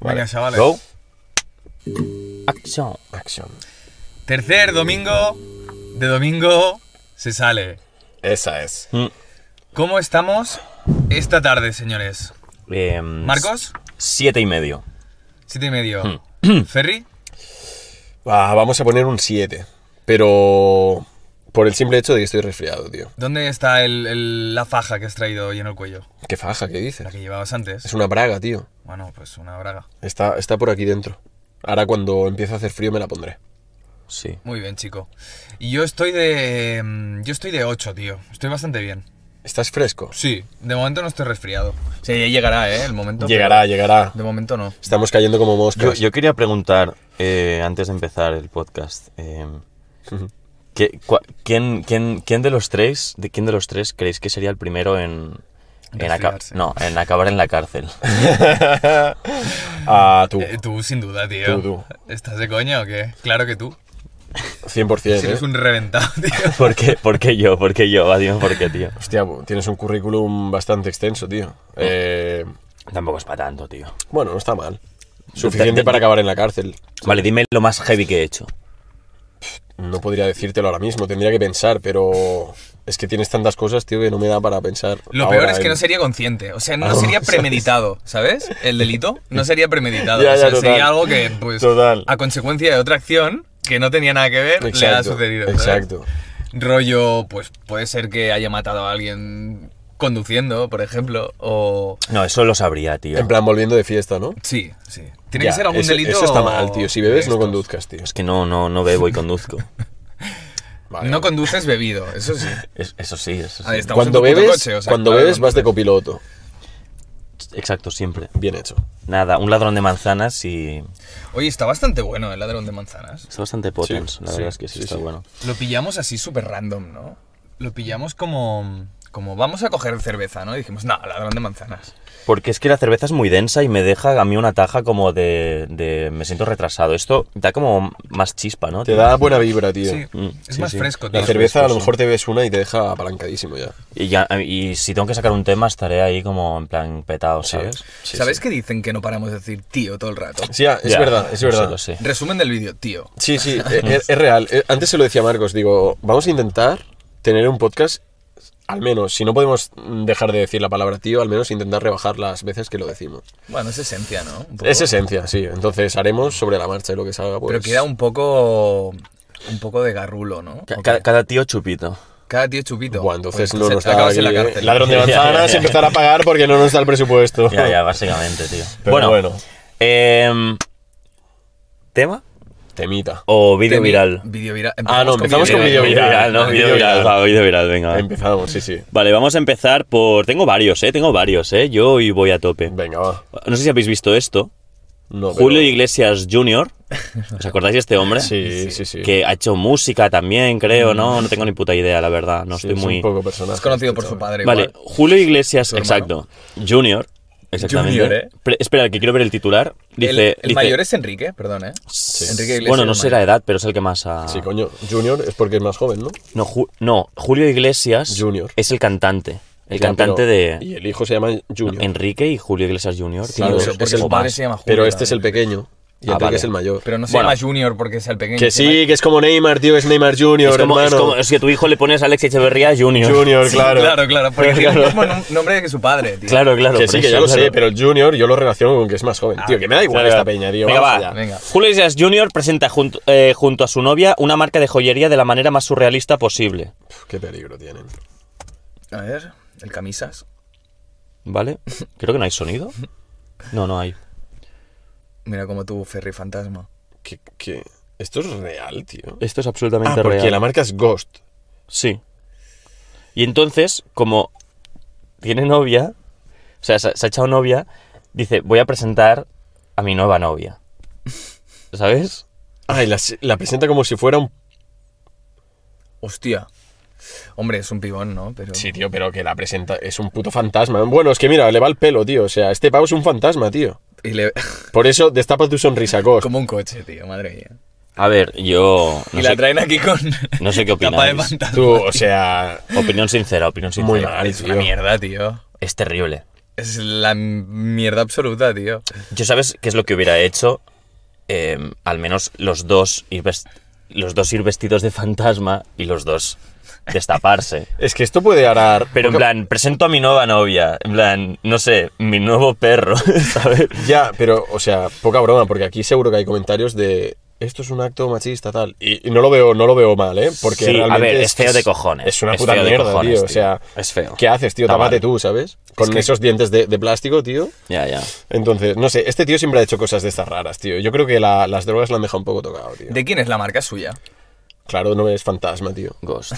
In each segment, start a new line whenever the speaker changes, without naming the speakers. Venga, chavales.
Go.
Acción.
Action.
Tercer domingo. De domingo se sale.
Esa es.
¿Cómo estamos esta tarde, señores?
Em,
Marcos,
Siete y medio.
siete y medio.
Hmm.
Ferry,
Ah, vamos a poner un 7. Pero por el simple hecho de que estoy resfriado, tío.
¿dónde está el- el- la faja que has traído hoy en el cuello?
Qué faja, ¿qué
La
dices?
que llevabas antes.
Es una braga, tío.
Bueno, pues una braga.
Está, está por aquí dentro. Ahora cuando empiece a hacer frío me la pondré.
Sí.
Muy bien, chico. Y yo estoy de. mm, Yo estoy de 8, tío. Estoy bastante bien.
¿Estás fresco?
Sí, de momento no estoy resfriado. Sí, ya llegará, ¿eh? El momento.
Llegará, llegará.
pero De momento no.
Estamos cayendo como
Yo,
moscas.
yo quería preguntar, eh, antes de empezar el podcast, eh, ¿qué- cua- quién, quién- quién de los tres, de quién de los tres creéis que sería el primero en, en, aca-
Resfriarse.
no, en acabar en la cárcel?
Ah, tú.
Eh, tú, sin duda, tío.
Tú, tú.
¿Estás de coña o qué? Claro que tú.
100%.
Si eres
¿eh?
un reventado, tío.
¿Por qué, por qué yo? ¿Por qué yo? Ah, Dime por qué, tío.
Hostia, bu- tienes un currículum bastante extenso, tío. Eh,
Tampoco es para tanto, tío.
bueno, no está mal. Suficiente para acabar en la cárcel.
Vale, dime lo más heavy que he hecho.
No podría decírtelo ahora mismo, tendría que pensar, pero es que tienes tantas cosas, tío, que no me da para pensar.
Lo
ahora Ah.
peor es que
en-
no sería consciente, o sea, no
Algo,
sería
¿sabes?
premeditado, ¿sabes? El delito no sería premeditado,
Ya,
o
ya,
sea,
total.
sería algo que, pues,
Total.
a consecuencia de otra acción que no tenía nada que ver, le ha
Exacto,
sucedido. ¿sabes?
Exacto.
Rollo, pues, puede ser que haya matado a alguien conduciendo, por ejemplo, o...
No, eso lo sabría, tío.
En plan, volviendo de fiesta, ¿no?
Sí, sí. Tiene
Ya,
que ser algún
eso-
delito...
Eso está mal, tío. Si bebes, no
de estos.
conduzcas, tío.
Es que no, no, no bebo y conduzco.
Vale, vale.
no conduces bebido, eso sí.
Es- eso sí, eso sí.
Ahí está. Estamos en
Cuando
tu puto
bebes,
coche, o sea,
cuando
claro,
bebes vas de copiloto.
Exacto, siempre.
Bien hecho.
Nada, un ladrón de manzanas y...
Oye, está bastante bueno el ladrón de manzanas.
Está bastante potent, la
sí,
verdad es que sí,
sí,
está
sí.
bueno.
Lo pillamos así súper random, ¿no? Lo pillamos como... Como vamos a coger cerveza, ¿no? Y dijimos, no, ladrón de manzanas.
Porque es que la cerveza es muy densa y me deja a mí una taja como de, de- me siento retrasado. Esto da como más chispa, ¿no?
Te da buena vibra, tío.
Sí,
Mm,
es
sí,
más
sí.
fresco, tío.
La cerveza a lo mejor te ves una y te deja apalancadísimo ya.
Y, ya- y si tengo que sacar un tema estaré ahí como en plan petado, ¿sabes?
Sí,
¿Sabes que dicen que no paramos de decir tío todo el rato?
Sí, ah, es
Ya,
verdad, es
lo sé,
verdad.
lo sé.
Resumen del vídeo, tío.
Sí, sí, e- e- es, real. E- Antes se lo decía a Marcos, digo, vamos a intentar tener un podcast, al menos, si no podemos mm, dejar de decir la palabra tío, al menos intentar rebajar las veces que lo decimos.
Bueno, es esencia, ¿no? Un poco.
Es esencia, sí. Entonces haremos sobre la marcha y lo que salga. Pues,
Pero queda un poco... Un poco de garrulo, ¿no?
Ca- ca-
Ok.
Cada, tío chupito.
Cada tío chupito.
Buah, entonces
Pues,
no
se-
nos da
acabas en la
aquí, eh,
cárcel.
ladrón de
Ya, ya,
manzanas
ya.
empezar a pagar porque no nos da el presupuesto.
Ya, ya, básicamente, tío.
Pero bueno.
em, ¿Tema
Temita.
o vídeo
Temi-
viral?
Video viral.
Ah, no, empezamos con vídeo viral.
no, vídeo viral, va, vídeo viral, venga. va.
Empezamos, sí, sí.
Vale, vamos a empezar por... Tengo varios, ¿eh? Tengo varios, ¿eh? Yo hoy voy a tope.
Venga, va.
No sé si habéis visto esto.
No, pero-
Julio Iglesias Jr. ¿Os acordáis de este hombre?
Sí, sí, sí.
Que ha hecho música también, creo, ¿no? No tengo ni puta idea, la verdad. No
Sí,
estoy
es
muy...
un poco personaje.
Es conocido por
este
su
chaval.
padre.
Vale,
igual.
Julio Iglesias,
Su hermano.
exacto. Junior, exactamente.
Junior, ¿eh?
Pre- espera, que quiero ver el titular. Dice,
el el
dice-
mayor es Enrique, perdón, ¿eh? Enrique Iglesias.
bueno, no
el
sé la edad, pero es el que más ha...
Sí, coño. Junior es porque es más joven, ¿no?
no, Ju- no, Julio Iglesias
Junior.
es el cantante. El
Ya,
cantante
pero-
de
Y el hijo se llama Junior.
Enrique y Julio Iglesias Junior.
Claro,
tío,
pero
es
porque
como
su
padre
más.
se llama Julio.
Pero este es el
también.
pequeño y
Ah,
Enrique
vale.
es el mayor.
Pero no se
Bueno.
llama Junior porque es el pequeño.
que
se llama-
sí, que es como Neymar, tío, es Neymar Junior,
Es como, es
hermano.
como- es que tu hijo le pones a Alex Echeverría Junior.
Junior,
Sí,
claro.
claro, claro. Porque tiene el mismo nom- nombre que su padre, tío.
Claro, claro.
Que
por
sí, Ah, que
eso,
ya lo
claro.
sé, pero el Junior yo lo relaciono con que es más joven. tío, que me da igual
Venga,
esta peña, tío.
Venga,
vamos
va.
allá.
Venga.
Julio Iglesias Jr. presenta junto, eh, junto a su novia una marca de joyería de la manera más surrealista posible.
Puf, qué peligro tienen.
A ver, el camisas.
¿Vale? Creo que no hay sonido. No, no hay.
Mira como tú, Ferry Fantasma.
¿Qué, qué? Esto es real, tío.
Esto es
Ah,
absolutamente
porque
real.
la marca es Ghost.
Sí. Y entonces, como tiene novia, o sea, se, se ha echado novia, dice, voy a presentar a mi nueva novia. ¿Sabes?
Ay, la, la presenta como si fuera un...
Hostia. Hombre, es un pibón, ¿no? Pero...
Sí, tío, pero que la presenta... Es un puto fantasma. Bueno, es que mira, le va el pelo, tío. O sea, este pavo es un fantasma, tío.
Y le-
Por eso, destapa tu sonrisa, Ghost.
Como un coche, tío, madre mía.
A ver, yo...
y
No,
la
sé,
traen aquí con...
no sé qué
Tapa de
opináis.
pantalón.
Tú, o sea...
Opinión sincera, opinión sincera.
Muy mal,
Es una
tío.
mierda, tío.
Es terrible.
Es la mierda absoluta, tío.
Yo sabes qué es lo que hubiera hecho, Eh, al menos los dos ir vest- los dos ir vestidos de fantasma y los dos destaparse.
Es que esto puede arar.
Pero en
porque-
plan, presento a mi nueva novia, en plan, no sé, mi nuevo perro, ¿sabes?
Ya, pero, o sea, poca broma, porque aquí seguro que hay comentarios de. Esto es un acto machista, tal. Y, y no lo veo, no lo veo mal, ¿eh? Porque
Sí,
realmente
a ver, es, feo
que
de cojones.
Es una
es
puta
feo de
mierda,
cojones,
tío. O sea,
es feo.
¿qué haces, tío?
Está
Tápate
mal.
tú, ¿sabes? Con esos dientes de, de plástico, tío.
Ya, ya.
Entonces, no sé, este tío siempre ha hecho cosas de estas raras, tío. Yo creo que la- las drogas lo han dejado un poco tocado, tío.
¿De quién es la marca suya?
Claro, no es fantasma, tío.
Ghost.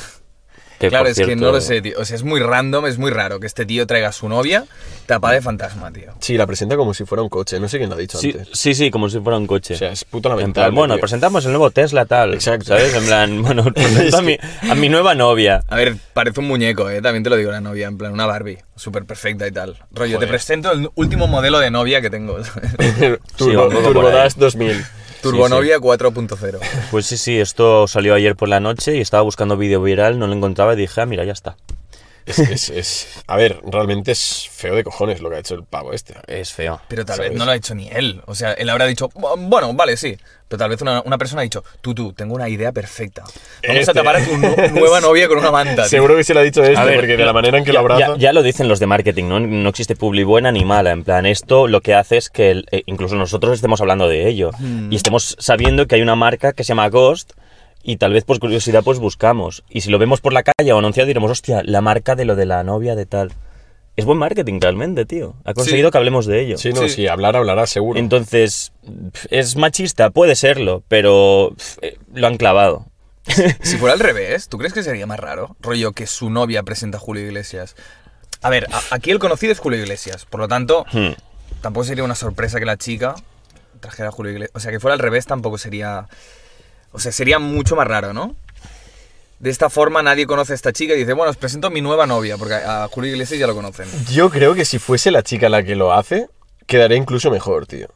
Que,
claro,
por
es que
cierto,
no lo sé, tío. O sea, es muy random, es muy raro que este tío traiga a su novia tapada de fantasma, tío.
Sí, la presenta como si fuera un coche. No sé quién lo ha dicho
Sí,
antes.
sí, sí, como si fuera un coche.
O sea, es puto
En
lamentable.
plan, bueno,
tío.
presentamos el nuevo Tesla tal.
Exacto.
¿Sabes? En plan, bueno, presento a mi, a mi nueva novia.
A ver, parece un muñeco, ¿eh? También te lo digo, la novia, en plan una Barbie, súper perfecta y tal. Rollo, te presento el último modelo de novia que tengo.
Sí, un
Turbo,
poco por
Turbo
ahí.
Dash 2000.
Turbonovia 4.0.
Pues sí, sí, esto salió ayer por la noche y estaba buscando vídeo viral, no lo encontraba y dije, ah, mira, ya está.
Es, es- es- A ver, realmente es feo de cojones lo que ha hecho el pavo este.
Es feo.
Pero tal
¿Sabes?
vez no lo ha hecho ni él. O sea, él habrá dicho, "Bu- bueno, vale, sí. Pero tal vez una, una persona ha dicho, tú, tú, tengo una idea perfecta. Vamos
Este.
a tapar a tu nu- nueva novia con una manta. tío".
Seguro que se lo ha dicho este,
A ver,
porque de la manera en que lo
ya,
abraza.
ya- ya lo dicen los de marketing, ¿no? No existe publi buena ni mala. En plan, esto lo que hace es que el- eh, incluso nosotros estemos hablando de ello. Y estemos sabiendo que hay una marca que se llama Ghost y tal vez por curiosidad pues buscamos. Y si lo vemos por la calle o anunciado diremos, hostia, la marca de lo de la novia de tal. Es buen marketing realmente, tío. Ha conseguido que hablemos de ello.
Sí, no, sí.
Sí.
hablar hablará seguro.
Entonces, pf, es machista, puede serlo, pero pf, eh, lo han clavado.
Si fuera al revés, ¿tú crees que sería más raro? Rollo que su novia presenta a Julio Iglesias. A ver, a- aquí el conocido es Julio Iglesias. Por lo tanto,
Hmm.
tampoco sería una sorpresa que la chica trajera a Julio Iglesias. O sea, que fuera al revés tampoco sería... O sea, sería mucho más raro, ¿no? De esta forma nadie conoce a esta chica y dice, bueno, os presento a mi nueva novia, porque a a Julio Iglesias ya lo conocen.
Yo creo que si fuese la chica la que lo hace, quedaría incluso mejor, tío.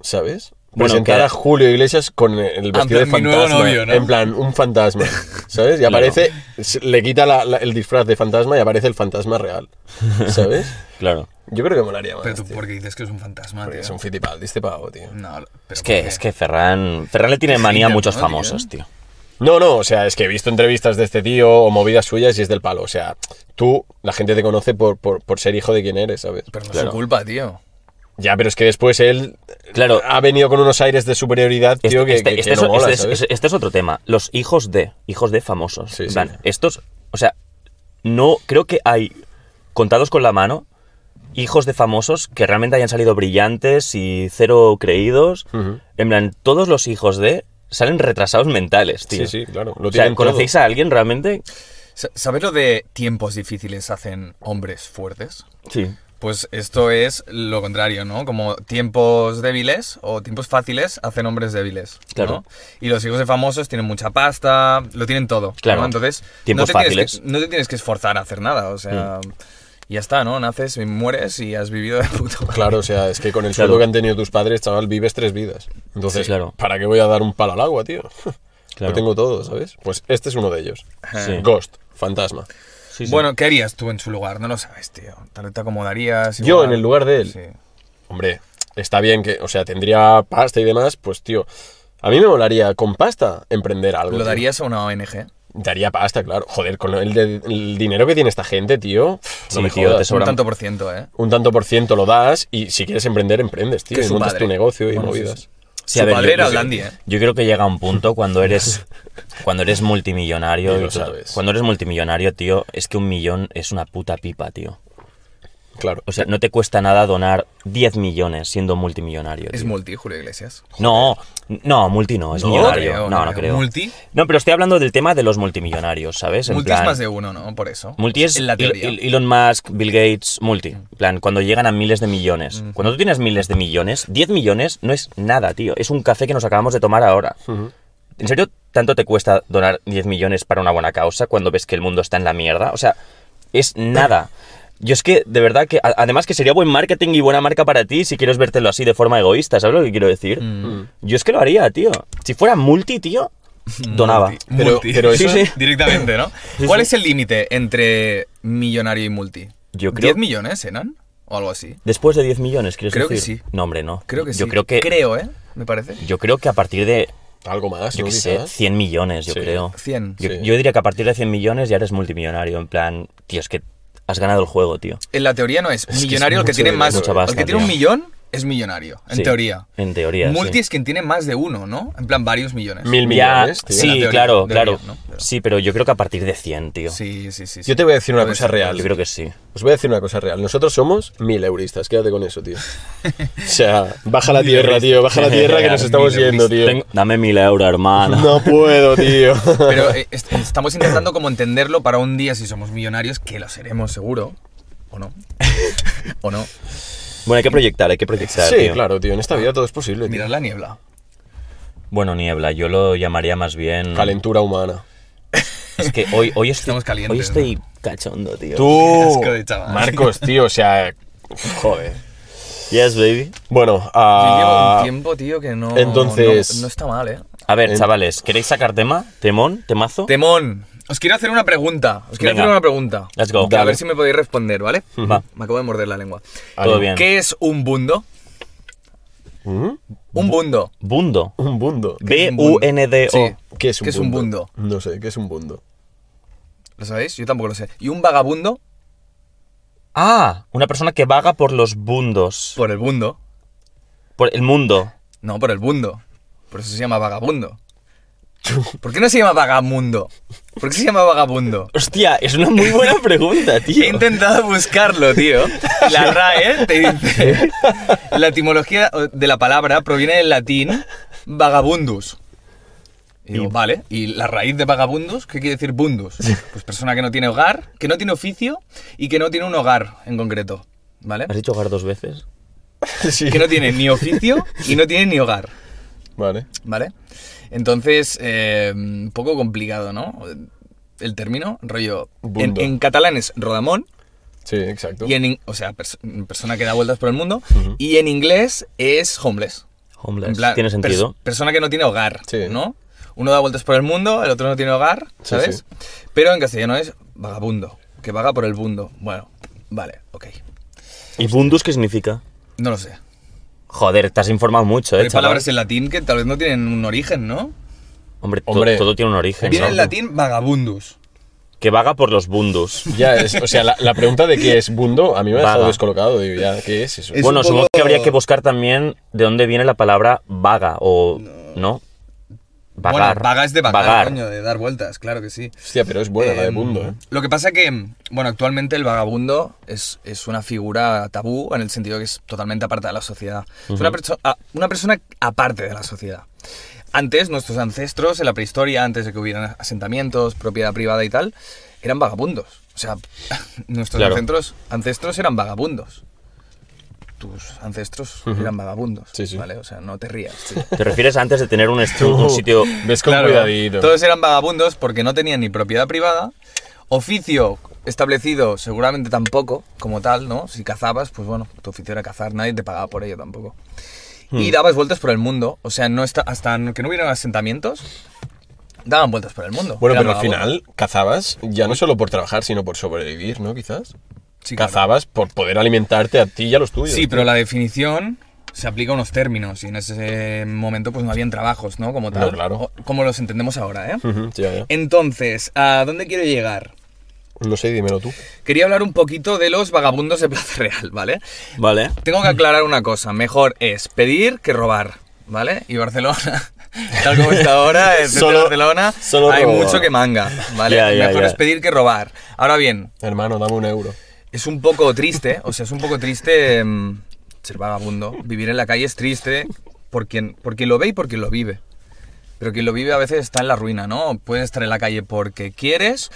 ¿Sabes?
Bueno,
Presentar
que-
a Julio Iglesias con el
Ah, en
vestido de
plan, mi nuevo
fantasma.
novio, ¿no?
En plan, un fantasma. ¿Sabes? Y aparece, se- le quita la- la- el disfraz de fantasma y aparece el fantasma real. ¿Sabes?
Claro.
Yo creo que molaría más.
Pero tú,
tío.
¿por qué dices que es un fantasma,
Porque
tío?
es un fitipaldi este pavo, tío.
No, pero
Es que,
¿por
es que Ferran, Ferran le tiene
Qué
manía a
hater,
muchos
¿no,
famosos, tío.
No, no, o sea, es que he visto entrevistas de este tío o movidas suyas y es del palo. O sea, tú, la gente te conoce por, por, por ser hijo de quien eres, ¿sabes?
Pero no
Claro.
es su culpa, tío.
Ya, pero es que después él
Claro.
ha venido con unos aires de superioridad, tío, que, que- que
es,
no mola,
este es-
¿sabes?
este es otro tema. Los hijos de, hijos de famosos.
Sí,
En
sí.
plan, Estos, o sea, no, creo que hay, contados con la mano, hijos de famosos que realmente hayan salido brillantes y cero creídos.
Ujú.
En plan, todos los hijos de salen retrasados mentales, tío.
Sí, sí, claro. Lo
O sea,
tienen
¿conocéis
todo.
a alguien realmente?
Sa- ¿Sabes lo de tiempos difíciles hacen hombres fuertes?
Sí.
Pues esto es lo contrario, ¿no? Como tiempos débiles o tiempos fáciles hacen hombres débiles. ¿no?
Claro.
Y los hijos de famosos tienen mucha pasta, lo tienen todo.
Claro.
¿no? Entonces, no
Tiempos
te tienes
fáciles. Mm.
que- no te tienes que esforzar a hacer nada, o sea. Ya está, ¿no? Naces y mueres y has vivido de puto.
Claro, o sea, es que con el
Claro.
sueldo que han tenido tus padres, chaval, vives tres vidas. Entonces,
Sí, claro.
¿para qué voy a dar un palo al agua, tío? Lo
Claro.
tengo todo, ¿sabes? Pues este es uno de ellos.
Sí.
Ghost, fantasma.
Sí, sí.
Bueno, ¿qué harías tú en su lugar? No lo sabes, tío. Tal vez te acomodarías.
Yo, en el lugar de él.
Sí.
Hombre, está bien que, o sea, tendría pasta y demás, pues tío, a mí me molaría con pasta emprender algo.
¿Lo
tío.
darías a una ONG?
Daría pasta, claro. Joder, con el, de- el dinero que tiene esta gente, tío. pff,
Sí,
no me
tío,
jodas.
te sobra.
Un tanto por ciento, ¿eh?
Un tanto por ciento lo das y si quieres emprender, emprendes, tío.
Que
Y
su
montas
padre.
tu negocio y
Bueno, sí,
movidas.
sí.
Sí,
Su
a ver,
padre
yo-
era
yo-
Blandi, ¿eh?
Yo creo que llega un punto cuando eres cuando eres multimillonario
Y lo
y todo-
sabes.
Cuando eres multimillonario, tío, es que un millón es una puta pipa, tío.
Claro.
O sea, no te cuesta nada donar 10 millones siendo multimillonario.
Es
tío.
multi, Julio Iglesias.
No, no, multi no, es
No,
millonario.
creo,
no, no
creo.
creo.
¿Multi?
No, pero estoy hablando del tema de los multimillonarios, ¿sabes? En
multi
plan-
es más de uno, ¿no? Por eso.
Multi es
En la teoría. Mm.
El- El- Elon Musk, Bill Gates, multi. En plan, cuando llegan a miles de millones. Cuando tú tienes miles de millones, 10 millones no es nada, tío. Es un café que nos acabamos de tomar ahora.
Mm.
¿En serio tanto te cuesta donar 10 millones para una buena causa cuando ves que el mundo está en la mierda? O sea, es nada. Yo es que, de verdad, que a- además que sería buen marketing y buena marca para ti si quieres vértelo así de forma egoísta, ¿sabes lo que quiero decir?
Mm.
Yo es que lo haría, tío. Si fuera multi, tío, donaba.
Pero-
Multi.
pero
eso- Sí, sí.
Directamente, ¿no? ¿Cuál es el límite entre millonario y multi?
Yo creo-
¿10 millones eran? o algo así.
Después de 10 millones, ¿quieres
Creo que
decir?
sí.
No, hombre, no.
Creo que sí.
Yo creo que,
Creo, ¿eh? Me parece.
yo creo que a partir de,
Algo más,
yo
¿no?
qué sé,
Quizás.
100 millones, yo
Sí.
creo.
100.
Yo,
Sí.
yo diría que a partir de 100 millones ya eres multimillonario. En plan, tío, es que has ganado el juego, tío.
En la teoría no es.
es
millonario el que
mucho
tiene
dinero,
más.
mucha
el
pasta,
que tiene un
tío.
millón es millonario, en
Sí,
teoría.
En teoría. sí.
Multi es quien tiene más de uno, ¿no? En plan, varios millones.
Mil
Ya,
millones, tío.
sí,
En la teoría,
claro,
debería,
claro.
¿no? Pero-
Sí, pero yo creo que a partir de 100, tío.
Sí, sí, sí. sí.
Yo te voy a decir una
Puede
cosa
ser,
real.
Yo creo que sí.
Os voy a decir una cosa real. Nosotros somos mil euristas. Quédate con eso, tío. O sea, baja la tierra, tío. Baja la tierra que nos estamos yendo, tío.
Tengo- dame mil euros, hermano.
No puedo, tío.
Pero eh, est- estamos intentando como entenderlo para un día si somos millonarios, que lo seremos seguro. ¿O no? ¿O no?
Bueno, hay que proyectar, hay que proyectar,
Sí,
tío.
claro, tío. En esta vida todo es posible. tío.
Mirar la niebla.
Bueno, niebla, yo lo llamaría más bien...
Calentura humana.
Es que hoy, hoy estoy,
Estamos calientes,
hoy estoy cachondo, tío.
Tú,
asco de chaval.
Marcos, tío, o sea, joder.
Yes, baby.
Bueno,
Yo llevo
ah,
un tiempo, tío, que no.
entonces-
No, no está mal, ¿eh?
A ver,
En-
chavales, ¿queréis sacar tema? ¿Temón? ¿Temazo?
Temón, os quiero hacer una pregunta. Os quiero
Venga.
hacer una pregunta.
Let's go.
Que a
Dale.
ver si me podéis responder, ¿vale?
Va.
Me acabo de morder la lengua.
Todo
Ale.
bien.
¿Qué es un bundo?
¿Mm?
Un bundo.
Bundo.
un bundo.
¿Qué es un bundo?
B-U-N-D-O.
Sí.
¿Qué es un,
¿Qué es un bundo?
No sé, ¿qué es un bundo?
¿Lo sabéis? Yo tampoco lo sé. ¿Y un vagabundo?
Ah, una persona que vaga por los bundos. Por,
Por el bundo.
el mundo.
No, por el bundo. Por eso se llama vagabundo. ¿Por qué no se llama vagamundo? ¿Por qué se llama vagabundo?
Hostia, es una muy buena pregunta,
He
tío.
intentado buscarlo, tío. Y La RAE te dice... La etimología de la palabra proviene del latín vagabundus. Y digo, vale, ¿y la raíz de vagabundus? ¿Qué quiere decir bundus? Pues persona que no tiene hogar, que no tiene oficio y que no tiene un hogar en concreto, ¿vale?
¿Has dicho hogar dos veces?
sí.
Que no tiene ni oficio y no tiene ni hogar.
Vale.
¿Vale? Entonces, eh, un poco complicado, ¿no? El término, rollo. En,
Bundo.
en catalán es rodamón,
Sí, exacto.
y en, in- o sea, pers- persona que da vueltas por el mundo, y en inglés es homeless.
Homeless.
En plan,
Tiene
pers-
sentido.
persona que no tiene hogar,
Sí.
¿no? Uno da vueltas por el mundo, el otro no tiene hogar,
Sí,
¿sabes? Pero en castellano es vagabundo, que vaga por el mundo. Bueno, vale, ok.
¿Y bundus qué significa?
No lo sé.
Joder, te has informado mucho, eh,
Hay
chaval.
palabras en latín que tal vez no tienen un origen, ¿no?
Hombre, to-
Hombre.
todo tiene un origen,
Viene
¿no?
en latín vagabundus.
Que vaga por los bundos.
Ya es, o sea, la, la pregunta de qué es bundo a mí me ha
Vaga.
dejado descolocado. Digo, ya, ¿qué es eso?
Es-
bueno,
un
supongo que
poco-
habría que buscar también de dónde viene la palabra vaga o no. Vagar.
Bueno, vaga es de vagar, coño, de dar vueltas, claro que sí.
Hostia, pero es buena la de
Em,
bundo, ¿eh?
Lo que pasa que, bueno, actualmente el vagabundo es, es una figura tabú en el sentido que es totalmente aparte de la sociedad. Es una, perso- a- una persona aparte de la sociedad. Antes, nuestros ancestros, en la prehistoria, antes de que hubieran asentamientos, propiedad privada y tal, eran vagabundos. O sea, nuestros
Claro.
ancestros, ancestros eran vagabundos. Tus ancestros eran vagabundos.
Sí, sí.
¿Vale? O sea, no te rías. tío.
Te refieres a antes de tener un, estu- un sitio.
Ves con
Claro,
cuidadito.
Todos eran vagabundos porque no tenían ni propiedad privada, oficio establecido seguramente tampoco, como tal, ¿no? Si cazabas, pues bueno, tu oficio era cazar, nadie te pagaba por ello tampoco.
Hmm.
Y dabas vueltas por el mundo, o sea, no esta- hasta que no hubieran asentamientos, daban vueltas por el mundo.
Bueno,
Eran
pero al
vagabundos.
final cazabas ya no solo por trabajar, sino por sobrevivir, ¿no? Quizás.
Sí, claro.
Cazabas por poder alimentarte a ti y a los tuyos.
Sí,
tío.
pero la definición se aplica a unos términos y en ese momento pues no habían trabajos, ¿no? Como tal,
No, claro. Hmm.
o- como los entendemos ahora, ¿eh?
Ujú, ya, ya.
Entonces, ¿a dónde quiero llegar?
No sé, dímelo tú.
Quería hablar un poquito de los vagabundos de Plaza Real, ¿vale?
Vale.
Tengo que aclarar una cosa, mejor es pedir que robar, ¿vale? Y Barcelona, tal como está ahora, el centro de
Solo-
Barcelona,
solo
hay
robar.
mucho que manga, ¿vale?
Ya, ya,
mejor
ya.
es pedir que robar. Ahora bien,
Hermano, dame un euro.
es un poco triste, o sea, es un poco triste mm, ser vagabundo. Vivir en la calle es triste por quien, por quien lo ve y por quien lo vive. Pero quien lo vive a veces está en la ruina, ¿no? Puedes estar en la calle porque quieres,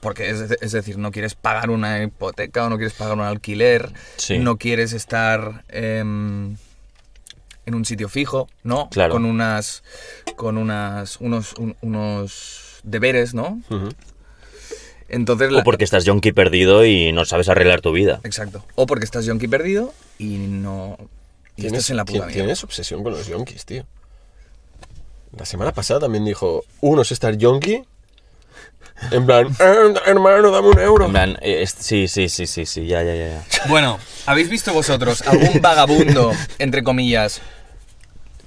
porque es, de- es decir, no quieres pagar una hipoteca o no quieres pagar un alquiler,
Sí.
no quieres estar em, en un sitio fijo, ¿no?
Claro.
Con unas con unas unos un- unos deberes, ¿no? Entonces
O porque estás yonki perdido y no sabes arreglar tu vida.
Exacto. O porque estás yonki perdido y no. Y estás en la puta
tien-
mierda.
tienes obsesión con los yonkis, tío. La semana pasada también dijo, uno es estar yonki En plan, "Eh, hermano, dame un euro.
En plan, eh, es- sí, sí, sí, sí, sí, ya, ya, ya. ya.
Bueno, ¿habéis visto vosotros algún vagabundo, entre comillas,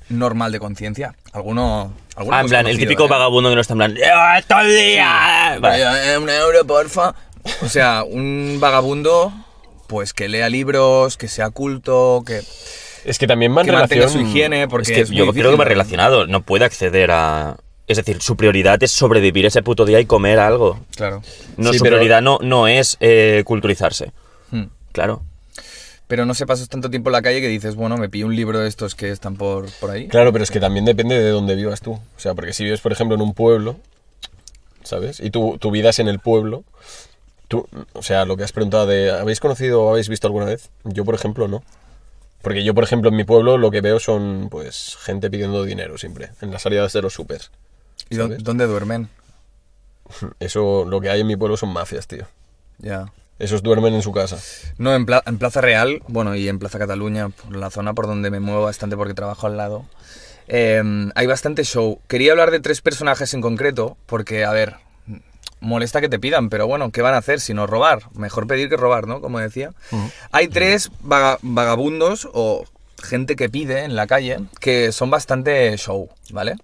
normal de conciencia? ¿Alguno? alguno
Ah, en
hemos
plan, el
conocido,
típico
¿eh?
vagabundo que no está en plan, "Lleva todo el día! Vale.
Vaya, eh, Un euro, porfa. O sea, un vagabundo, pues que lea libros, que sea culto, que...
Es que también va en
Que mantenga
relación...
su higiene, porque-
Es que
es muy
yo creo que
difícil,
va
¿no?
relacionado, no puede acceder a... Es decir, su prioridad es sobrevivir ese puto día y comer algo.
Claro.
No,
Sí,
su
pero-
prioridad no, no es eh, culturizarse.
Hmm.
Claro.
Pero no se pasas tanto tiempo en la calle que dices, bueno, me pillo un libro de estos que están por, por ahí.
Claro, pero es que también depende de dónde vivas tú. O sea, porque si vives, por ejemplo, en un pueblo, ¿sabes? Y tu, tu vida es en el pueblo. Tú, o sea, lo que has preguntado de, ¿habéis conocido o habéis visto alguna vez? Yo, por ejemplo, no. Porque yo, por ejemplo, en mi pueblo lo que veo son, pues, gente pidiendo dinero siempre, en las salidas de los supers.
¿Y dó-
¿sabes?
dónde duermen?
Eso, lo que hay en mi pueblo son mafias, tío.
Ya.
Esos duermen en su casa.
No, en, Pla- en Plaza Real, bueno, y en Plaza Cataluña, por la zona por donde me muevo bastante porque trabajo al lado, eh, hay bastante show. Quería hablar de tres personajes en concreto, porque, a ver, molesta que te pidan, pero bueno, ¿qué van a hacer si no robar? Mejor pedir que robar, ¿no? Como decía. Hay tres vaga- vagabundos o gente que pide en la calle que son bastante show, ¿vale?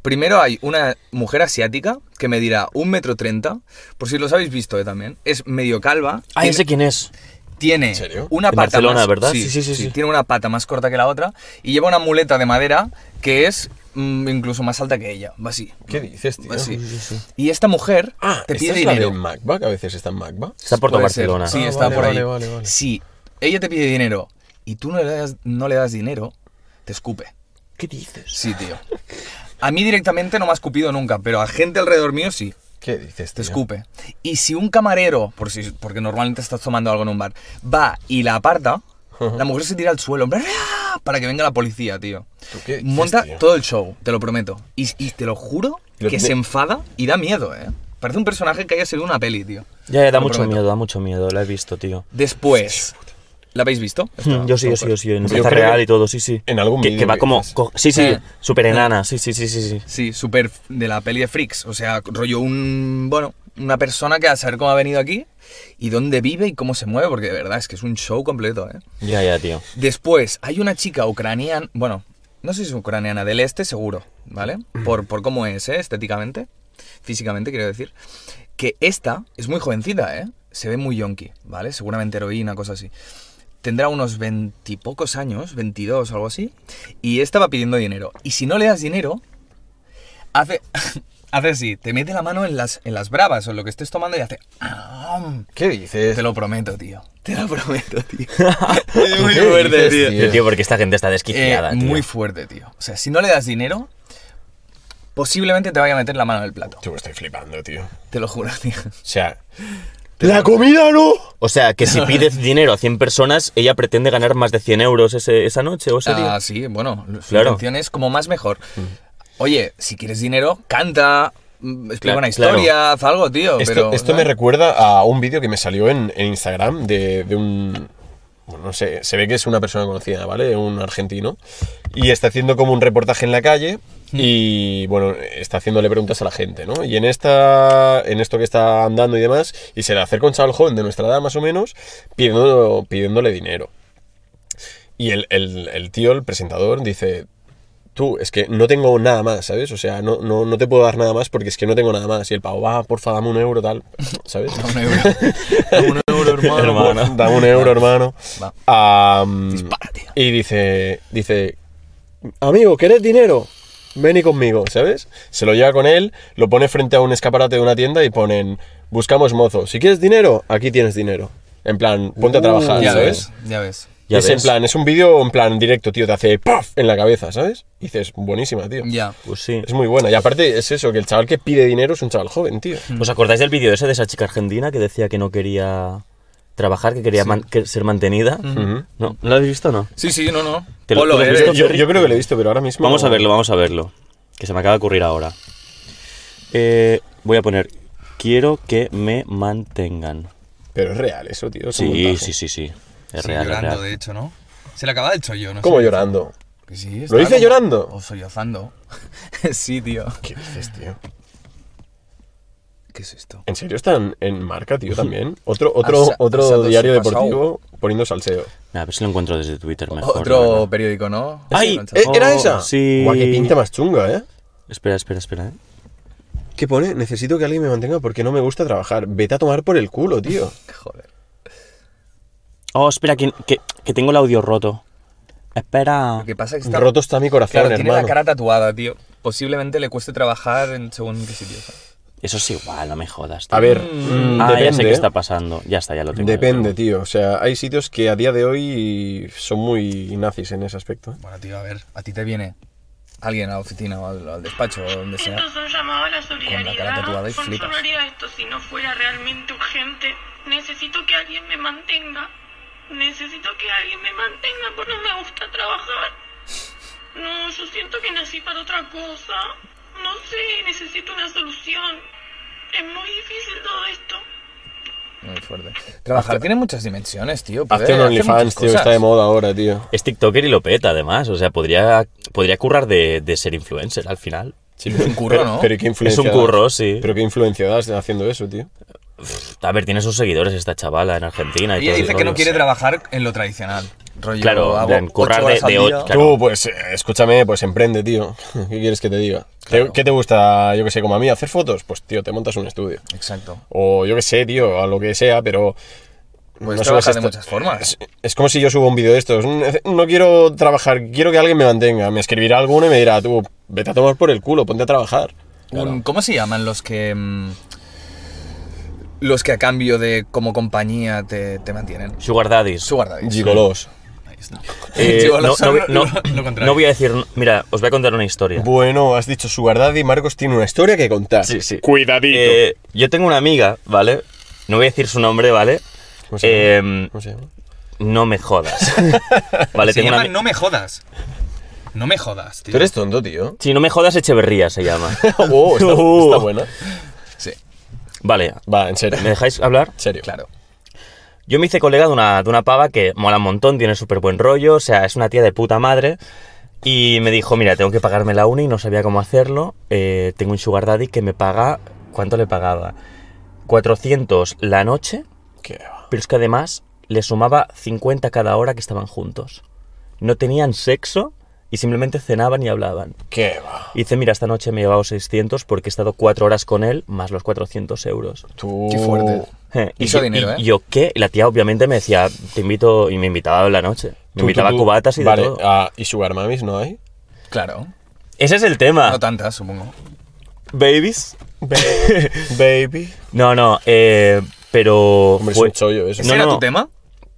Primero hay una mujer asiática que medirá un metro treinta, por si los habéis visto eh, también. Es medio calva.
Ah,
tiene-
ese quién es.
tiene
¿En serio?
una
En
pata
Barcelona,
más,
¿verdad? Sí, sí, sí, sí.
Tiene una pata más corta que la otra y lleva una muleta de madera que es mm, incluso más alta que ella. Va así.
¿Qué dices, tío?
Va así. Y esta mujer
Ah,
te pide
¿esta es la de
dinero.
Macba, que a veces está en Macba.
Está por todo
Puede ser.
Barcelona.
Sí,
Ah,
está
vale,
por ahí.
vale, vale, vale.
Si ella te pide dinero y tú no le das, no le das dinero, te escupe.
¿Qué dices?
Sí, tío. A mí directamente no me ha escupido nunca, pero a gente alrededor mío sí.
¿Qué dices,
Te
tío?
escupe. Y si un camarero, por si, porque normalmente estás tomando algo en un bar, va y la aparta, la mujer se tira al suelo, en plan, "¡Ah!", para que venga la policía, tío.
¿Tú qué dices,
Monta
tío?
todo el show, te lo prometo. Y, y te lo juro
Lo
que
tiene-
se enfada y da miedo, ¿eh? Parece un personaje que haya sido una peli, tío.
Ya, ya, da
Lo
mucho
prometo.
miedo, da mucho miedo, la he visto, tío.
Después, ¿la habéis visto? Esta-
Yo sí, yo
esta
sí, yo sí, en
Yo
Plaza
creo
Real
que
y todo, sí, sí.
en algún
que,
vídeo
que va
que
como.
dices.
co- sí, sí,
Eh.
super enana, sí, sí, sí, sí, sí.
Sí, súper de la peli de Freaks. O sea, rollo un. Bueno, una persona que a saber cómo ha venido aquí y dónde vive y cómo se mueve, porque de verdad es que es un show completo, ¿eh?
Ya, ya, tío.
Después, hay una chica ucraniana. Bueno, no sé si es ucraniana, del este seguro, ¿vale? Por, por cómo es, ¿eh? Estéticamente, físicamente, quiero decir. Que esta es muy jovencita, ¿eh? Se ve muy yonki, ¿vale? Seguramente heroína, cosas así. Tendrá unos veintipocos años, 22 o algo así, y esta va pidiendo dinero. Y si no le das dinero, hace, hace así, te mete la mano en las, en las bravas o en lo que estés tomando y hace... "Am".
¿Qué dices?
Te lo prometo, tío. Te lo prometo, tío.
¿Qué
es muy
dices,
fuerte, tío.
tío?
Tío, tío, porque esta gente está desquiciada,
Eh,
tío.
Muy fuerte, tío. O sea, si no le das dinero, posiblemente te vaya a meter la mano en el plato.
Tío, estoy flipando, tío.
Te lo juro, tío.
O sea. ¡La comida no!
O sea, que si pides dinero a 100 personas, ella pretende ganar más de 100 euros ese- esa noche o ese día.
Ah, sí, bueno, su
Claro.
intención es como más mejor. Oye, si quieres dinero, canta, mm, explica
Cla-
una
claro.
historia, haz algo, tío.
Esto,
pero,
esto me recuerda a un vídeo que me salió en, en Instagram de, de un. bueno, no sé, se ve que es una persona conocida, ¿vale? Un argentino. Y está haciendo como un reportaje en la calle. Y bueno, está haciéndole preguntas a la gente, ¿no? Y en esta. En esto que está andando y demás. Y se le acerca un chaval joven de nuestra edad, más o menos, pidiendo, pidiéndole dinero. Y el, el- el tío, el presentador, dice, tú, es que no tengo nada más, ¿sabes? O sea, no, no, no te puedo dar nada más porque es que no tengo nada más. Y el pavo, va, porfa, dame un euro, tal, ¿sabes?
Un euro. un euro, hermano.
Hermano.
Dame un euro, hermano.
Va.
Am,
Dispara, tío.
y dice, dice, amigo, ¿querés dinero? Vení conmigo, ¿sabes? Se lo lleva con él, lo pone frente a un escaparate de una tienda y ponen, buscamos mozo. Si quieres dinero, aquí tienes dinero. En plan, ponte a trabajar,
Ya
¿sabes?
ves, ya ves.
Ya
es en
ves.
plan, es un vídeo en plan directo, tío, te hace ¡paf! en la cabeza, ¿sabes? Y dices, buenísima, tío.
Ya.
Pues sí.
Es muy buena. Y aparte es eso, que el chaval que pide dinero es un chaval joven, tío.
¿Os acordáis del vídeo ese de esa chica argentina que decía que no quería trabajar, que quería man- que- ser mantenida? No, ¿no lo habéis visto o no?
Sí, sí, no, no.
¿Te lo-
Polo,
te lo has
eres.
visto?
Yo, yo creo que lo he visto, pero ahora mismo...
Vamos a verlo, vamos a verlo. Que se me acaba de ocurrir ahora. Eh, voy a poner. Quiero que me mantengan.
Pero es real eso, tío. es un
Sí,
montaje.
sí, sí, sí. Es
Sí,
real, es
llorando,
real.
de hecho, ¿no? Se le acaba el chollo, ¿no?
Como
sé.
llorando.
Que sí, estaba
hice
como-
llorando?
O sollozando. sí, tío.
¿Qué dices, tío?
¿Qué es esto?
¿En serio están en marca, tío, también? Otro, otro,
Asa-
otro
asado
diario
sopa
deportivo poniendo salseo.
Nada, a ver si lo encuentro desde Twitter mejor. la
Otro
verdad.
periódico, ¿no?
¡Ay!
Mancha-
¿e- ¿Era
Oh,
esa?
sí.
Guau, qué pinta más chunga, ¿eh?
Espera, espera, espera. ¿eh?
¿Qué pone? Necesito que alguien me mantenga porque no me gusta trabajar. Vete a tomar por el culo, tío.
Joder.
Oh, espera, que, que, que tengo el audio roto. Espera.
Lo que pasa es que está...
Roto está mi corazón,
Claro, tiene
hermano.
la cara tatuada, tío. Posiblemente le cueste trabajar en según qué sitio. ¿sabes?
Eso es igual, no me jodas. tío.
A ver, mm,
ah, ya sé
depende,
qué
¿eh?
está pasando. Ya está, ya lo tengo.
Depende, tío. O sea, hay sitios que a día de hoy son muy nazis en ese aspecto. ¿eh?
Bueno, tío, a ver, a ti te viene alguien a la oficina o al, al despacho o donde sea.
Estos son llamados a la
cara
solidaridad.
tatuada y
Yo
flipas.
no haría esto si no fuera realmente urgente. Necesito que alguien me mantenga. Necesito que alguien me mantenga porque no me gusta trabajar. No, yo siento que nací para otra cosa. No sé, necesito una solución. Es muy difícil todo esto.
Muy fuerte. Trabajar tiene muchas dimensiones, tío. puede
Hazte un
hacer
OnlyFans,
muchas
tío. Está de
cosas.
moda ahora, tío.
Es TikToker y lo peta, además. O sea, podría, podría currar de, de ser influencer al final.
Es un curro,
pero,
¿no?
pero ¿y qué
Es
influencia
un
das?
curro, sí.
Pero qué influencia das haciendo eso, tío.
A ver, tiene sus seguidores esta chavala en Argentina. Y
Ella
todo el
dice que no
rollo.
quiere trabajar en lo tradicional. Rollo,
Claro,
hago
plan,
ocho
currar de-
horas al
de
día.
ocho- claro.
Tú, pues, eh, escúchame, pues emprende, tío. ¿Qué quieres que te diga? ¿Qué-
Claro.
¿Qué, te gusta, yo que sé, como a mí, hacer fotos? Pues, tío, te montas un estudio.
Exacto.
O yo que sé, tío, a lo que sea, pero...
Puedes
subas
trabajar Pues de
esto-
muchas formas.
Es, es como si yo subo un vídeo de estos. "Mm, No quiero trabajar, quiero que alguien me mantenga. Me escribirá alguno y me dirá, tú, vete a tomar por el culo, ponte a trabajar.
Un- ¿Cómo se llaman los que. mm, los que a cambio de como compañía te, te mantienen?
Sugar daddies.
Sugar daddies.
Gigolos.
Ahí está.
Eh,
Gigolos
no,
son
no- no-
lo- lo contrario.
no voy a decir. Mira, os voy a contar una historia.
Bueno, has dicho Sugar Daddy, Marcos tiene una historia que contar.
Sí, sí.
Cuidadito.
Eh, yo tengo una amiga, ¿vale? No voy a decir su nombre, ¿vale?
¿Cómo se
Em,
¿Cómo se llama?
no me jodas. vale,
Se
tengo una
llama
ami-
No me jodas. No me jodas, tío.
Tú eres tonto, tío.
Si no me jodas, Echeverría se llama.
Oh, está,
Uh.
está buena.
Sí,
Vale,
Va, en serio.
¿me dejáis hablar?
En serio.
claro.
Yo me hice colega de una, de una pava que mola un montón, tiene súper buen rollo, o sea, es una tía de puta madre. Y me dijo, mira, tengo que pagarme la uni, no sabía cómo hacerlo. eh, tengo un sugar daddy que me paga... ¿Cuánto le pagaba? 400 la noche,
Qué va.
pero es que además le sumaba 50 cada hora que estaban juntos. No tenían sexo y simplemente cenaban y hablaban.
Qué va.
Y dice, mira, esta noche me he llevado 600 porque he estado 4 horas con él, más los 400 euros.
Tú...
Qué fuerte.
Eh,
Hizo
yo-
dinero, ¿eh?
y yo qué, la tía obviamente me decía, te invito, y me invitaba a la noche.
Tú,
Me invitaba
tú,
a
tú.
cubatas y
vale,
de todo.
ah, ¿y Sugar Mamis no hay?
Claro.
Ese es el tema.
No tantas, supongo.
¿Babies?
Baby.
No, no, eh, pero...
Hombre,
fue-
es un chollo eso.
¿Ese
No,
era
no.
tu tema?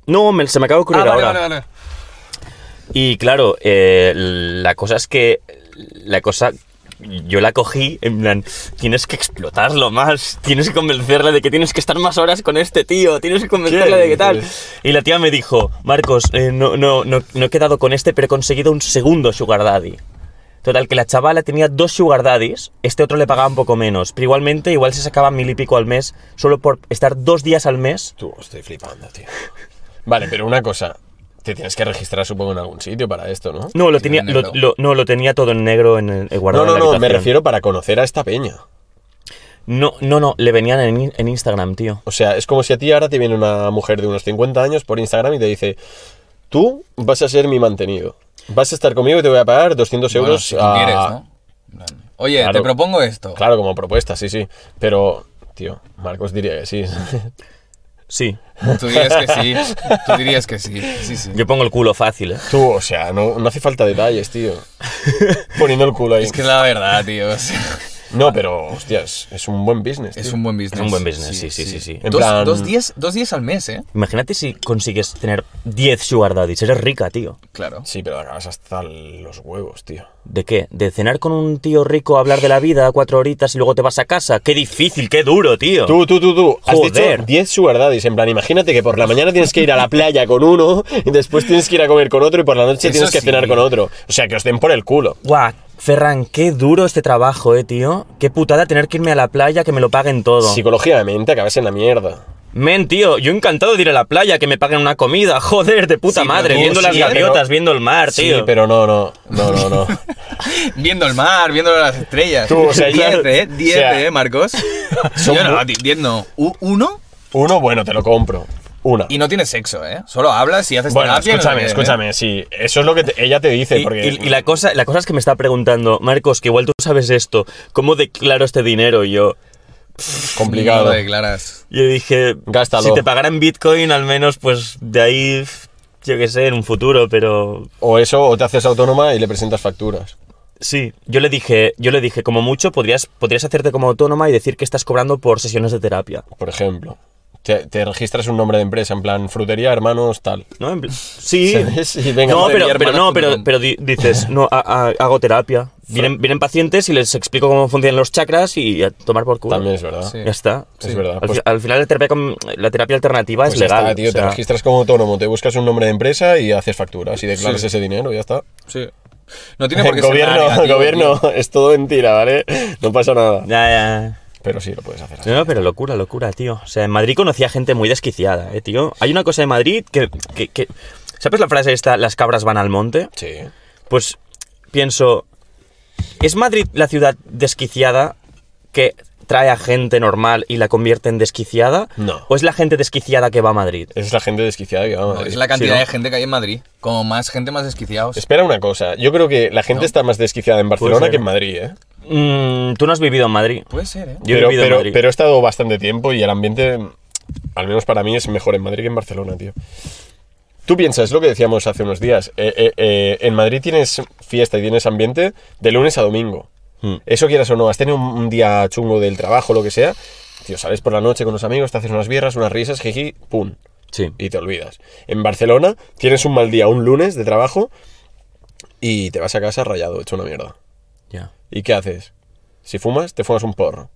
No, me- se me acaba de ocurrir
Ah, vale,
ahora.
vale, vale.
Y claro, eh, la cosa es que... La cosa... Yo la cogí en plan, tienes que explotarlo más, tienes que convencerla de que tienes que estar más horas con este tío, tienes que convencerla de que tal.
dices?
Y la tía me dijo, Marcos, eh, no, no, no, no he quedado con este, pero he conseguido un segundo sugar daddy. Total, que la chavala tenía dos sugar daddies, este otro le pagaba un poco menos, pero igualmente igual se sacaba mil y pico al mes, solo por estar dos días al mes.
Tú, estoy flipando, tío. Vale, pero una cosa. Te tienes que registrar, supongo, en algún sitio para esto, ¿no?
No, lo
Tenía
tenía,
en
lo,
negro.
lo- no, lo tenía todo en negro en el,
No,
guardado
no,
en la
no, me
habitación.
refiero para conocer a esta peña.
No, no, no, le venían en, in- en Instagram, tío.
O sea, es como si a ti ahora te viene una mujer de unos 50 años por Instagram y te dice, tú vas a ser mi mantenido. Vas a estar conmigo y te voy a pagar 200
Bueno,
euros
si tú
a-
quieres,
ah.
¿no? En plan, Oye, te
Claro.
propongo esto.
Claro, como propuesta, sí, sí. Pero, tío, Marcos diría que sí.
Sí,
Tú dirías que sí. Tú dirías que sí. Sí, sí.
yo pongo el culo fácil, ¿eh?
Tú, o sea, no, no hace falta detalles, tío. Poniendo el culo ahí.
Es que es la verdad, tío. o sea,
No, pero, hostias, es un buen business.
es
tío.
un buen business.
Es un buen business, sí, sí, sí, sí.
En
Dos,
plan-
dos días, dos días al mes, ¿eh?
Imagínate si consigues tener 10 sugar daddies, eres rica, tío.
Claro.
Sí, pero acabas hasta los huevos, tío.
¿De qué? ¿De cenar con un tío rico, hablar de la vida cuatro horitas y luego te vas a casa? ¡Qué difícil, qué duro, tío!
Tú, tú, tú, tú. Has dicho
Joder.
10 sugar daddies. En plan, imagínate que por la mañana tienes que ir a la playa con uno, y después tienes que ir a comer con otro, y por la noche
Eso
tienes que
sí.
cenar con otro. O sea, que os den por el culo.
Guau, Ferran, qué duro este trabajo, eh, tío. Qué putada tener que irme a la playa, que me lo paguen todo.
Psicológicamente acabas en la mierda.
Men, tío, yo encantado de ir a la playa, que me paguen una comida. Joder, de puta
Sí,
madre,
pero-
viendo
sí,
las
pero-
gaviotas, viendo el mar,
Sí,
tío.
pero no, no. No, no, no.
viendo el mar, viendo las estrellas.
Tú, o sea,
10,
claro,
¿eh?
o
10,
sea,
¿eh, Marcos?
son
Yo no,
muy-
10 no. U- ¿Uno?
Uno, bueno, te lo compro. Una.
Y no tienes sexo, ¿eh? Solo hablas y haces
bueno,
terapia y no sé
escúchame,
qué, ¿eh?
escúchame, sí. Eso es lo que te- ella te dice.
Y,
porque,
y- y la, cosa, la cosa es que me está preguntando, Marcos, que igual tú sabes esto, ¿cómo declaro este dinero? Y yo,
No
Complicado.
lo declaras.
yo dije,
Gástalo.
si te pagaran Bitcoin, al menos, pues de ahí, yo qué sé, en un futuro, pero
O eso, o te haces autónoma y le presentas facturas.
Sí, yo le dije, yo le dije, como mucho podrías, podrías hacerte como autónoma y decir que estás cobrando por sesiones de terapia,
Por ejemplo, te, te registras un nombre de empresa, en plan frutería, hermanos, tal.
¿no? En pl- Sí.
¿Sabes? Y venga,
no,
madre
pero,
mía,
pero no,
hermanas punto
pero,
com.
pero di- dices, no, a- a- hago terapia. Vienen, vienen pacientes y les explico cómo funcionan los chakras y a tomar por culo.
También es verdad.
Sí.
Ya está.
Es verdad.
Al,
Pues-
fi- al final la terapia, com- la terapia alternativa
Pues
es
ya
legal.
está, tío,
o sea,
te registras como autónomo, te buscas un nombre de empresa y haces facturas y declaras ese dinero, ya está.
Sí. No tiene por qué ser
gobierno,
nada negativo,
gobierno, es todo mentira, ¿vale? No pasa nada.
ya, ya.
Pero sí, lo puedes hacer así.
No, no, pero locura, locura, tío. O sea, en Madrid conocía gente muy desquiciada, eh, tío. Hay una cosa de Madrid que- que- que... ¿Sabes la frase esta, las cabras van al monte?
Sí.
pues pienso, ¿es Madrid la ciudad desquiciada que trae a gente normal y la convierte en desquiciada?
No.
¿O es la gente desquiciada que va a Madrid?
Es la gente desquiciada que va a
tío.
Madrid.
Es la cantidad
Sí,
de
¿no?
gente que hay en Madrid. Como más gente, más desquiciados.
Espera una cosa, yo creo que la gente está más desquiciada en
Puede
Barcelona
ser.
que en Madrid, ¿eh?
Mm, Tú no has vivido en Madrid.
Puede ser, ¿eh?
Yo he
pero,
vivido en
pero-
Madrid.
pero he estado bastante tiempo y el ambiente, al menos para mí, es mejor en Madrid que en Barcelona, tío. Tú piensas lo que decíamos hace unos días. eh, eh, eh, en Madrid tienes fiesta y tienes ambiente de lunes a domingo.
Mm.
Eso quieras o no, has tenido un, un día chungo del trabajo, lo que sea. Tío, sales por la noche con los amigos, te haces unas birras, unas risas, jiji, pum.
Sí.
Y te olvidas. En Barcelona tienes un mal día, un lunes de trabajo y te vas a casa rayado, hecho una mierda.
Ya.
¿Y qué haces? Si fumas, te fumas un porro.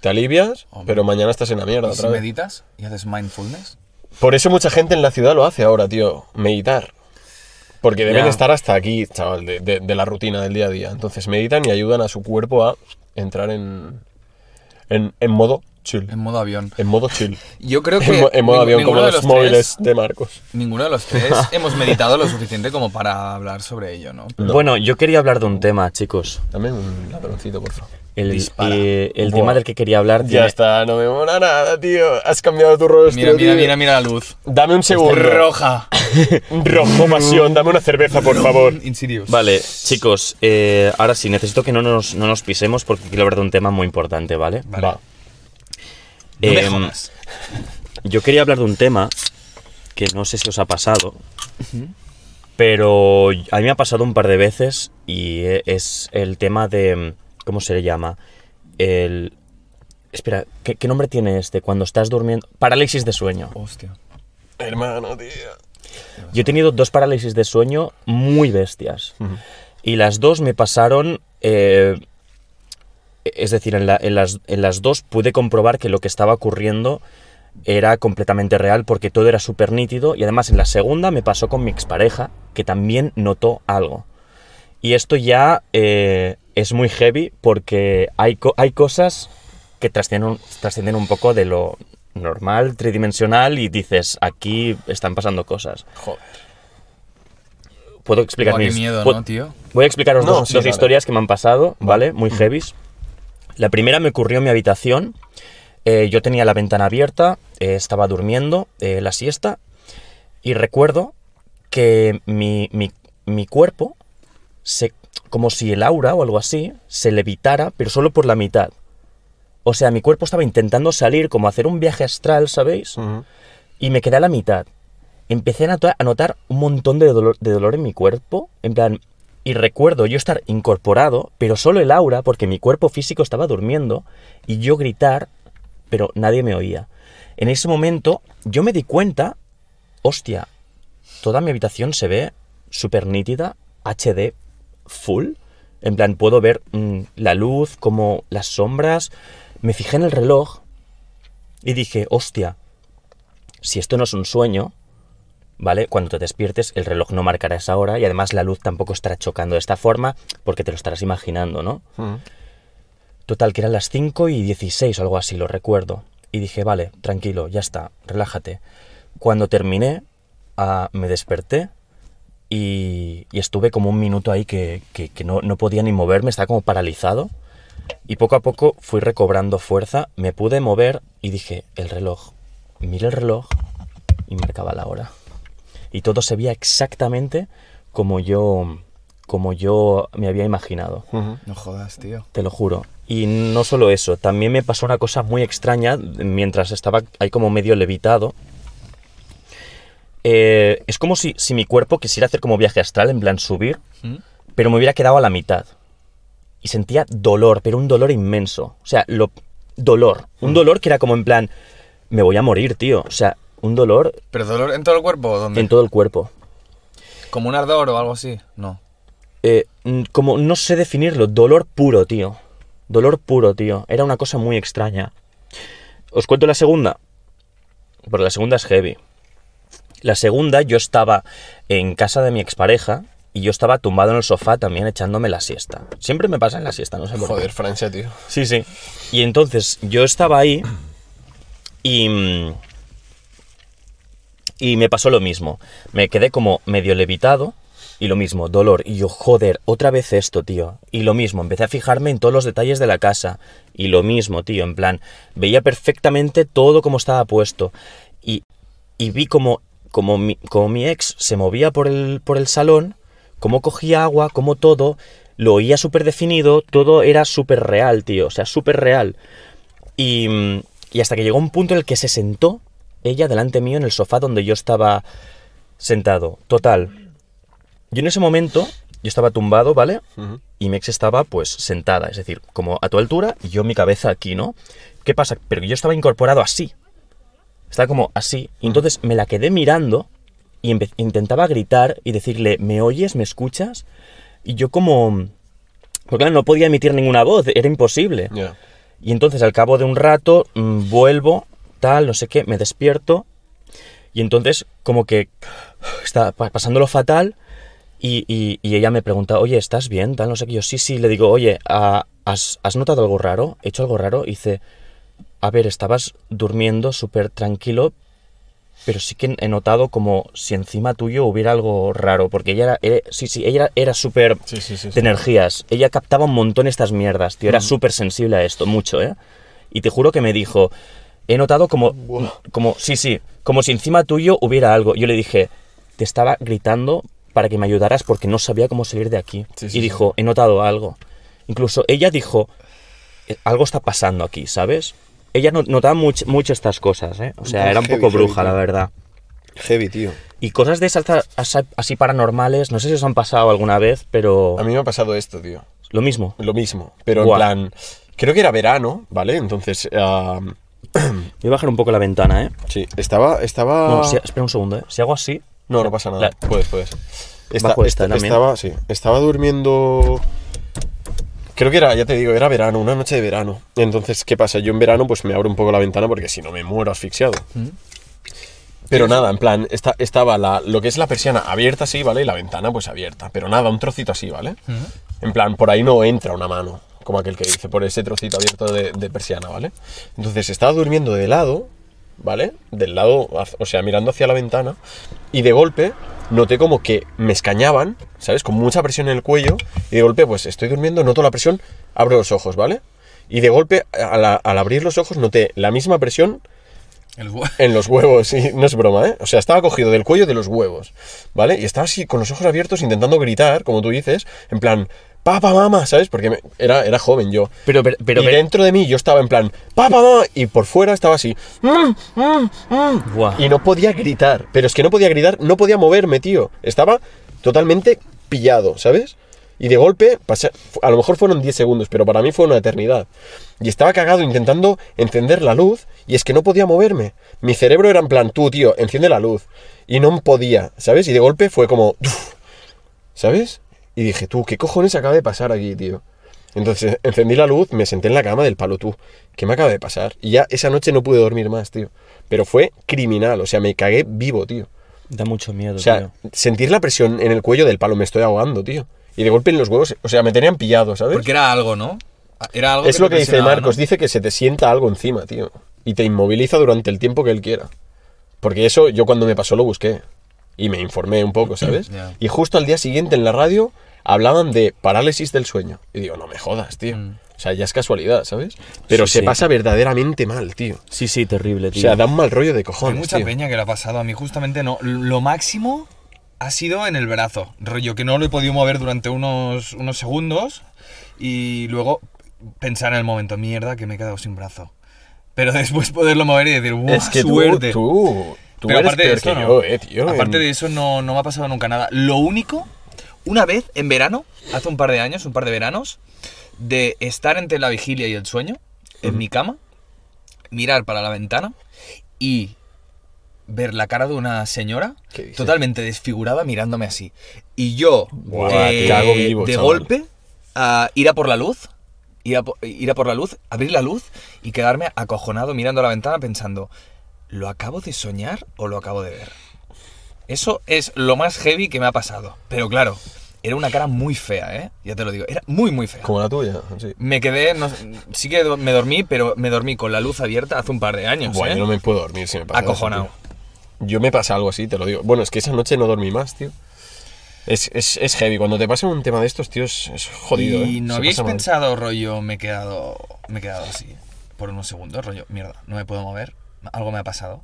Te alivias,
Hombre.
pero mañana estás en la mierda
¿Y si
otra vez.
meditas y haces mindfulness?
Por eso mucha gente en la ciudad lo hace ahora, tío. Meditar. Porque deben
Ya.
estar hasta aquí, chaval, de, de- de la rutina del día a día. Entonces meditan y ayudan a su cuerpo a entrar en, en, en modo chill.
En modo avión.
En modo chill.
Yo creo que.
En, mo- en modo
ning-
avión,
ninguno
como
de
los,
tres-
móviles de Marcos.
Ninguno de los tres hemos meditado lo suficiente como para hablar sobre ello, ¿no?
Bueno, yo quería hablar de un tema, chicos.
Dame un ladroncito, por favor.
El,
Dispara.
eh, el
Buah.
tema del que quería hablar
Ya
tiene-
está, no me mola nada, tío. Has cambiado tu rostro,
Mira, mira,
tío.
mira, Este mira la luz.
Dame un segundo.
Roja.
Rojo pasión, dame una cerveza, por favor.
Insidious.
Vale, chicos, eh, ahora sí, necesito que no nos, no nos pisemos porque quiero hablar de un tema muy importante, ¿vale?
Vale.
Va.
No me
Em,
jodas.
Yo quería hablar de un tema que no sé si os ha pasado, pero a mí me ha pasado un par de veces y eh, es el tema de... em, ¿Cómo se le llama? El... Espera, ¿qué, qué nombre tiene este? Cuando estás durmiendo... Parálisis de sueño.
Hostia.
Hermano, tío.
Yo he tenido dos parálisis de sueño muy bestias. Y las dos me pasaron... eh, es decir, en, la- en las, en las dos pude comprobar que lo que estaba ocurriendo era completamente real porque todo era súper nítido. Y además en la segunda me pasó con mi expareja, que también notó algo. Y esto ya eh, es muy heavy porque hay, co- hay cosas que trascienden, un- trascienden un poco de lo normal, tridimensional, y dices, aquí están pasando cosas.
Joder.
Puedo explicar
Buah, qué
mis-
miedo,
pu-
¿no, tío?
Voy a explicaros
No,
dos,
sí,
dos
vale.
historias que me han pasado, ¿vale? Muy heavies. La primera me ocurrió en mi habitación. Eh, yo tenía la ventana abierta, eh, estaba durmiendo eh, la siesta y recuerdo que mi, mi- mi cuerpo, se, como si el aura o algo así, se levitara, pero solo por la mitad. O sea, mi cuerpo estaba intentando salir, como hacer un viaje astral, ¿sabéis? y me quedé a la mitad. Empecé a notar, a notar un montón de dolor, de dolor en mi cuerpo, en plan, y recuerdo yo estar incorporado, pero solo el aura, porque mi cuerpo físico estaba durmiendo, y yo gritar, pero nadie me oía. En ese momento yo me di cuenta, hostia, toda mi habitación se ve súper nítida, HD, full. En plan, puedo ver mm, la luz, como las sombras. Me fijé en el reloj y dije, hostia, si esto no es un sueño, ¿vale? Cuando te despiertes, el reloj no marcará esa hora y además la luz tampoco estará chocando de esta forma porque te lo estarás imaginando, ¿no? Total, que eran las 5 y 16 o algo así, lo recuerdo. Y dije, vale, tranquilo, ya está, relájate. Cuando terminé, ah, me desperté y, y estuve como un minuto ahí que, que- que no, no podía ni moverme, estaba como paralizado. Y poco a poco fui recobrando fuerza, me pude mover y dije, el reloj. Miré el reloj y marcaba la hora. Y todo se veía exactamente como yo, como yo me había imaginado.
Ujú.
No jodas, tío.
Te lo juro. Y no solo eso, también me pasó una cosa muy extraña mientras estaba ahí como medio levitado. Eh, es como si, si mi cuerpo quisiera hacer como viaje astral, en plan subir,
¿Mm?
pero me hubiera quedado a la mitad. Y sentía dolor, pero un dolor inmenso. O sea, lo, dolor. Un dolor que era como en plan, me voy a morir, tío. O sea, un dolor
¿Pero dolor en todo el cuerpo o dónde?
en todo el cuerpo.
¿Como un ardor o algo así? No.
eh, mm, como no sé definirlo, dolor puro, tío. Dolor puro, tío. Era una cosa muy extraña. Os cuento la segunda. Porque la segunda es heavy. La segunda, yo estaba en casa de mi expareja y yo estaba tumbado en el sofá también echándome la siesta. Siempre me pasa en la siesta, no sé por qué.
Joder, Francia, tío.
Sí, sí. Y entonces yo estaba ahí y. mm, Y me pasó lo mismo. Me quedé como medio levitado y lo mismo, dolor. Y yo, joder, otra vez esto, tío. Y lo mismo, empecé a fijarme en todos los detalles de la casa. Y lo mismo, tío, en plan, veía perfectamente todo como estaba puesto. Y, y vi como, como, mi, como mi ex se movía por el, por el salón, cómo cogía agua, cómo todo, lo oía súper definido, todo era súper real, tío, o sea, súper real. Y, mm, y hasta que llegó un punto en el que se sentó ella delante mío en el sofá donde yo estaba sentado. Total. Yo en ese momento, yo estaba tumbado, ¿vale?
Ujú.
y mi ex estaba pues sentada, es decir, como a tu altura y yo mi cabeza aquí, ¿no? ¿Qué pasa? Pero yo estaba incorporado así. Estaba como así. Y entonces me la quedé mirando y empe- intentaba gritar y decirle, ¿me oyes? ¿Me escuchas? Y yo como... Porque claro, no podía emitir ninguna voz, era imposible.
Ya.
Y entonces al cabo de un rato mm, vuelvo, tal, no sé qué, me despierto. Y entonces como que está pa- pasándolo fatal. Y, y- y ella me pregunta, oye, ¿estás bien? Tal, no sé qué. Yo sí, sí, le digo, oye, ah, ¿has, has notado algo raro? ¿He hecho algo raro? Y dice, a ver, estabas durmiendo súper tranquilo, pero sí que he notado como si encima tuyo hubiera algo raro, porque ella era, era- sí, sí, ella era, era súper
Sí, sí, sí, Mm. sí.
de energías. Ella captaba un montón estas mierdas, tío. Era súper sensible a esto, mucho, ¿eh? Y te juro que me dijo, he notado como, como, sí, sí, como si encima tuyo hubiera algo. Yo le dije, te estaba gritando para que me ayudaras porque no sabía cómo salir de aquí.
Sí,
y
sí,
dijo, he notado algo. Incluso ella dijo, "Eh, algo está pasando aquí, ¿sabes? Ella no- notaba much- mucho estas cosas, ¿eh? O sea,
Muy
era un
heavy,
poco
heavy,
bruja, la
tío.
verdad.
Heavy, tío.
Y cosas de esas así- así paranormales, no sé si os han pasado alguna vez, pero
A mí me ha pasado esto, tío.
lo mismo.
Lo mismo. Pero
Buah.
en plan. Creo que era verano, ¿vale? Entonces. ah,
Voy a bajar un poco la ventana, ¿eh?
sí, estaba. estaba...
No, si- espera un segundo, ¿eh? Si hago así...
No, no pasa nada.
La-
Puedes, puedes.
Bajo esta también.
Estaba, sí, estaba durmiendo. Creo que era, ya te digo, era verano, una noche de verano. Entonces, ¿qué pasa? Yo en verano pues me abro un poco la ventana porque si no me muero asfixiado. Pero nada, en plan, esta- estaba la, lo que es la persiana abierta así, ¿vale? Y la ventana pues abierta. Pero nada, un trocito así, ¿vale? En plan, por ahí no entra una mano, como aquel que dice, por ese trocito abierto de, de persiana, ¿vale? Entonces estaba durmiendo de lado, ¿vale? Del lado, haz- o sea, mirando hacia la ventana. Y de golpe noté como que me escañaban, ¿sabes? Con mucha presión en el cuello. Y de golpe, pues estoy durmiendo, noto la presión, abro los ojos, ¿vale? Y de golpe, al- al abrir los ojos, noté la misma presión
El hue-
en los huevos, y no es broma, ¿eh? O sea, estaba cogido del cuello de los huevos, ¿vale? Y estaba así con los ojos abiertos intentando gritar, como tú dices, en plan, papa, mamá, ¿sabes? Porque me- era, era joven yo.
Pero, pero, pero...
y dentro de mí yo estaba en plan, papa, mamá, y por fuera estaba así, "Mm, mm, mm",
Buah.
y no podía gritar, pero es que no podía gritar, no podía moverme, tío. Estaba totalmente pillado, ¿sabes? Y de golpe, pasa- a lo mejor fueron 10 segundos, pero para mí fue una eternidad. Y estaba cagado intentando encender la luz y es que no podía moverme. Mi cerebro era en plan, tú, tío, enciende la luz. Y no podía, ¿sabes? Y de golpe fue como, "Uf", ¿sabes? Y dije, tú, ¿qué cojones acaba de pasar aquí, tío? Entonces encendí la luz, me senté en la cama del palo, tú, ¿qué me acaba de pasar? Y ya esa noche no pude dormir más, tío. Pero fue criminal, o sea, me cagué vivo, tío.
Da mucho miedo,
O sea,
tío.
sentir la presión en el cuello del palo, me estoy ahogando, tío. Y de golpe en los huevos, o sea, me tenían pillado, ¿sabes?
Porque era algo, ¿no? Era algo
Es
te
lo que dice
presionaba,
Marcos,
¿no?
dice que se te sienta algo encima, tío. Y te inmoviliza durante el tiempo que él quiera. Porque eso yo cuando me pasó lo busqué. y me informé un poco, ¿sabes?
Ya.
Y justo al día siguiente en la radio hablaban de parálisis del sueño. Y digo, no me jodas, tío.
Mm.
O sea, ya es casualidad, ¿sabes? Pero
Sí,
se
sí.
pasa verdaderamente mal, tío.
Sí, sí, terrible,
O
tío.
sea, da un mal rollo de
Hay
cojones.
mucha
tío.
peña que lo ha pasado. A mí justamente no. Lo máximo ha sido en el brazo. Rollo que no lo he podido mover durante unos, unos segundos y luego pensar en el momento, mierda, que me he quedado sin brazo. Pero después poderlo mover y decir, ¡guau,
Es que tú-
suerte!
tú, tú,
Pero
eres
aparte de
peor
esto,
que
no.
yo, eh, tío.
Aparte
en-
de eso, no, no me ha pasado nunca nada. Lo único, una vez en verano, hace un par de años, un par de veranos, de estar entre la vigilia y el sueño, en mi cama, mirar para la ventana y ver la cara de una señora
¿Qué dices?
totalmente desfigurada mirándome así. Y yo,
Buah,
eh,
te cago vivo,
de
chaval.
golpe, a ir a por la luz. Ir a, po- ir a por la luz, abrir la luz y quedarme acojonado mirando a la ventana pensando, ¿lo acabo de soñar o lo acabo de ver? Eso es lo más heavy que me ha pasado. Pero claro, era una cara muy fea, ¿eh? Ya te lo digo, era muy, muy fea.
Como la tuya, sí.
Me quedé, no- sí que do- me dormí, pero me dormí con la luz abierta hace un par de años,
Bueno,
¿eh?
yo no me puedo dormir si me pasa eso,
Acojonado.
tío. yo me pasa algo así, te lo digo. Bueno, es que esa noche no dormí más, tío. Es, es, es heavy. Cuando te pasa un tema de estos, tío, es, es jodido,
y
¿eh?
no
Se
habéis
pasa mal.
pensado, rollo, me he quedado, me he quedado así por unos segundos, rollo, mierda, no me puedo mover, algo me ha pasado.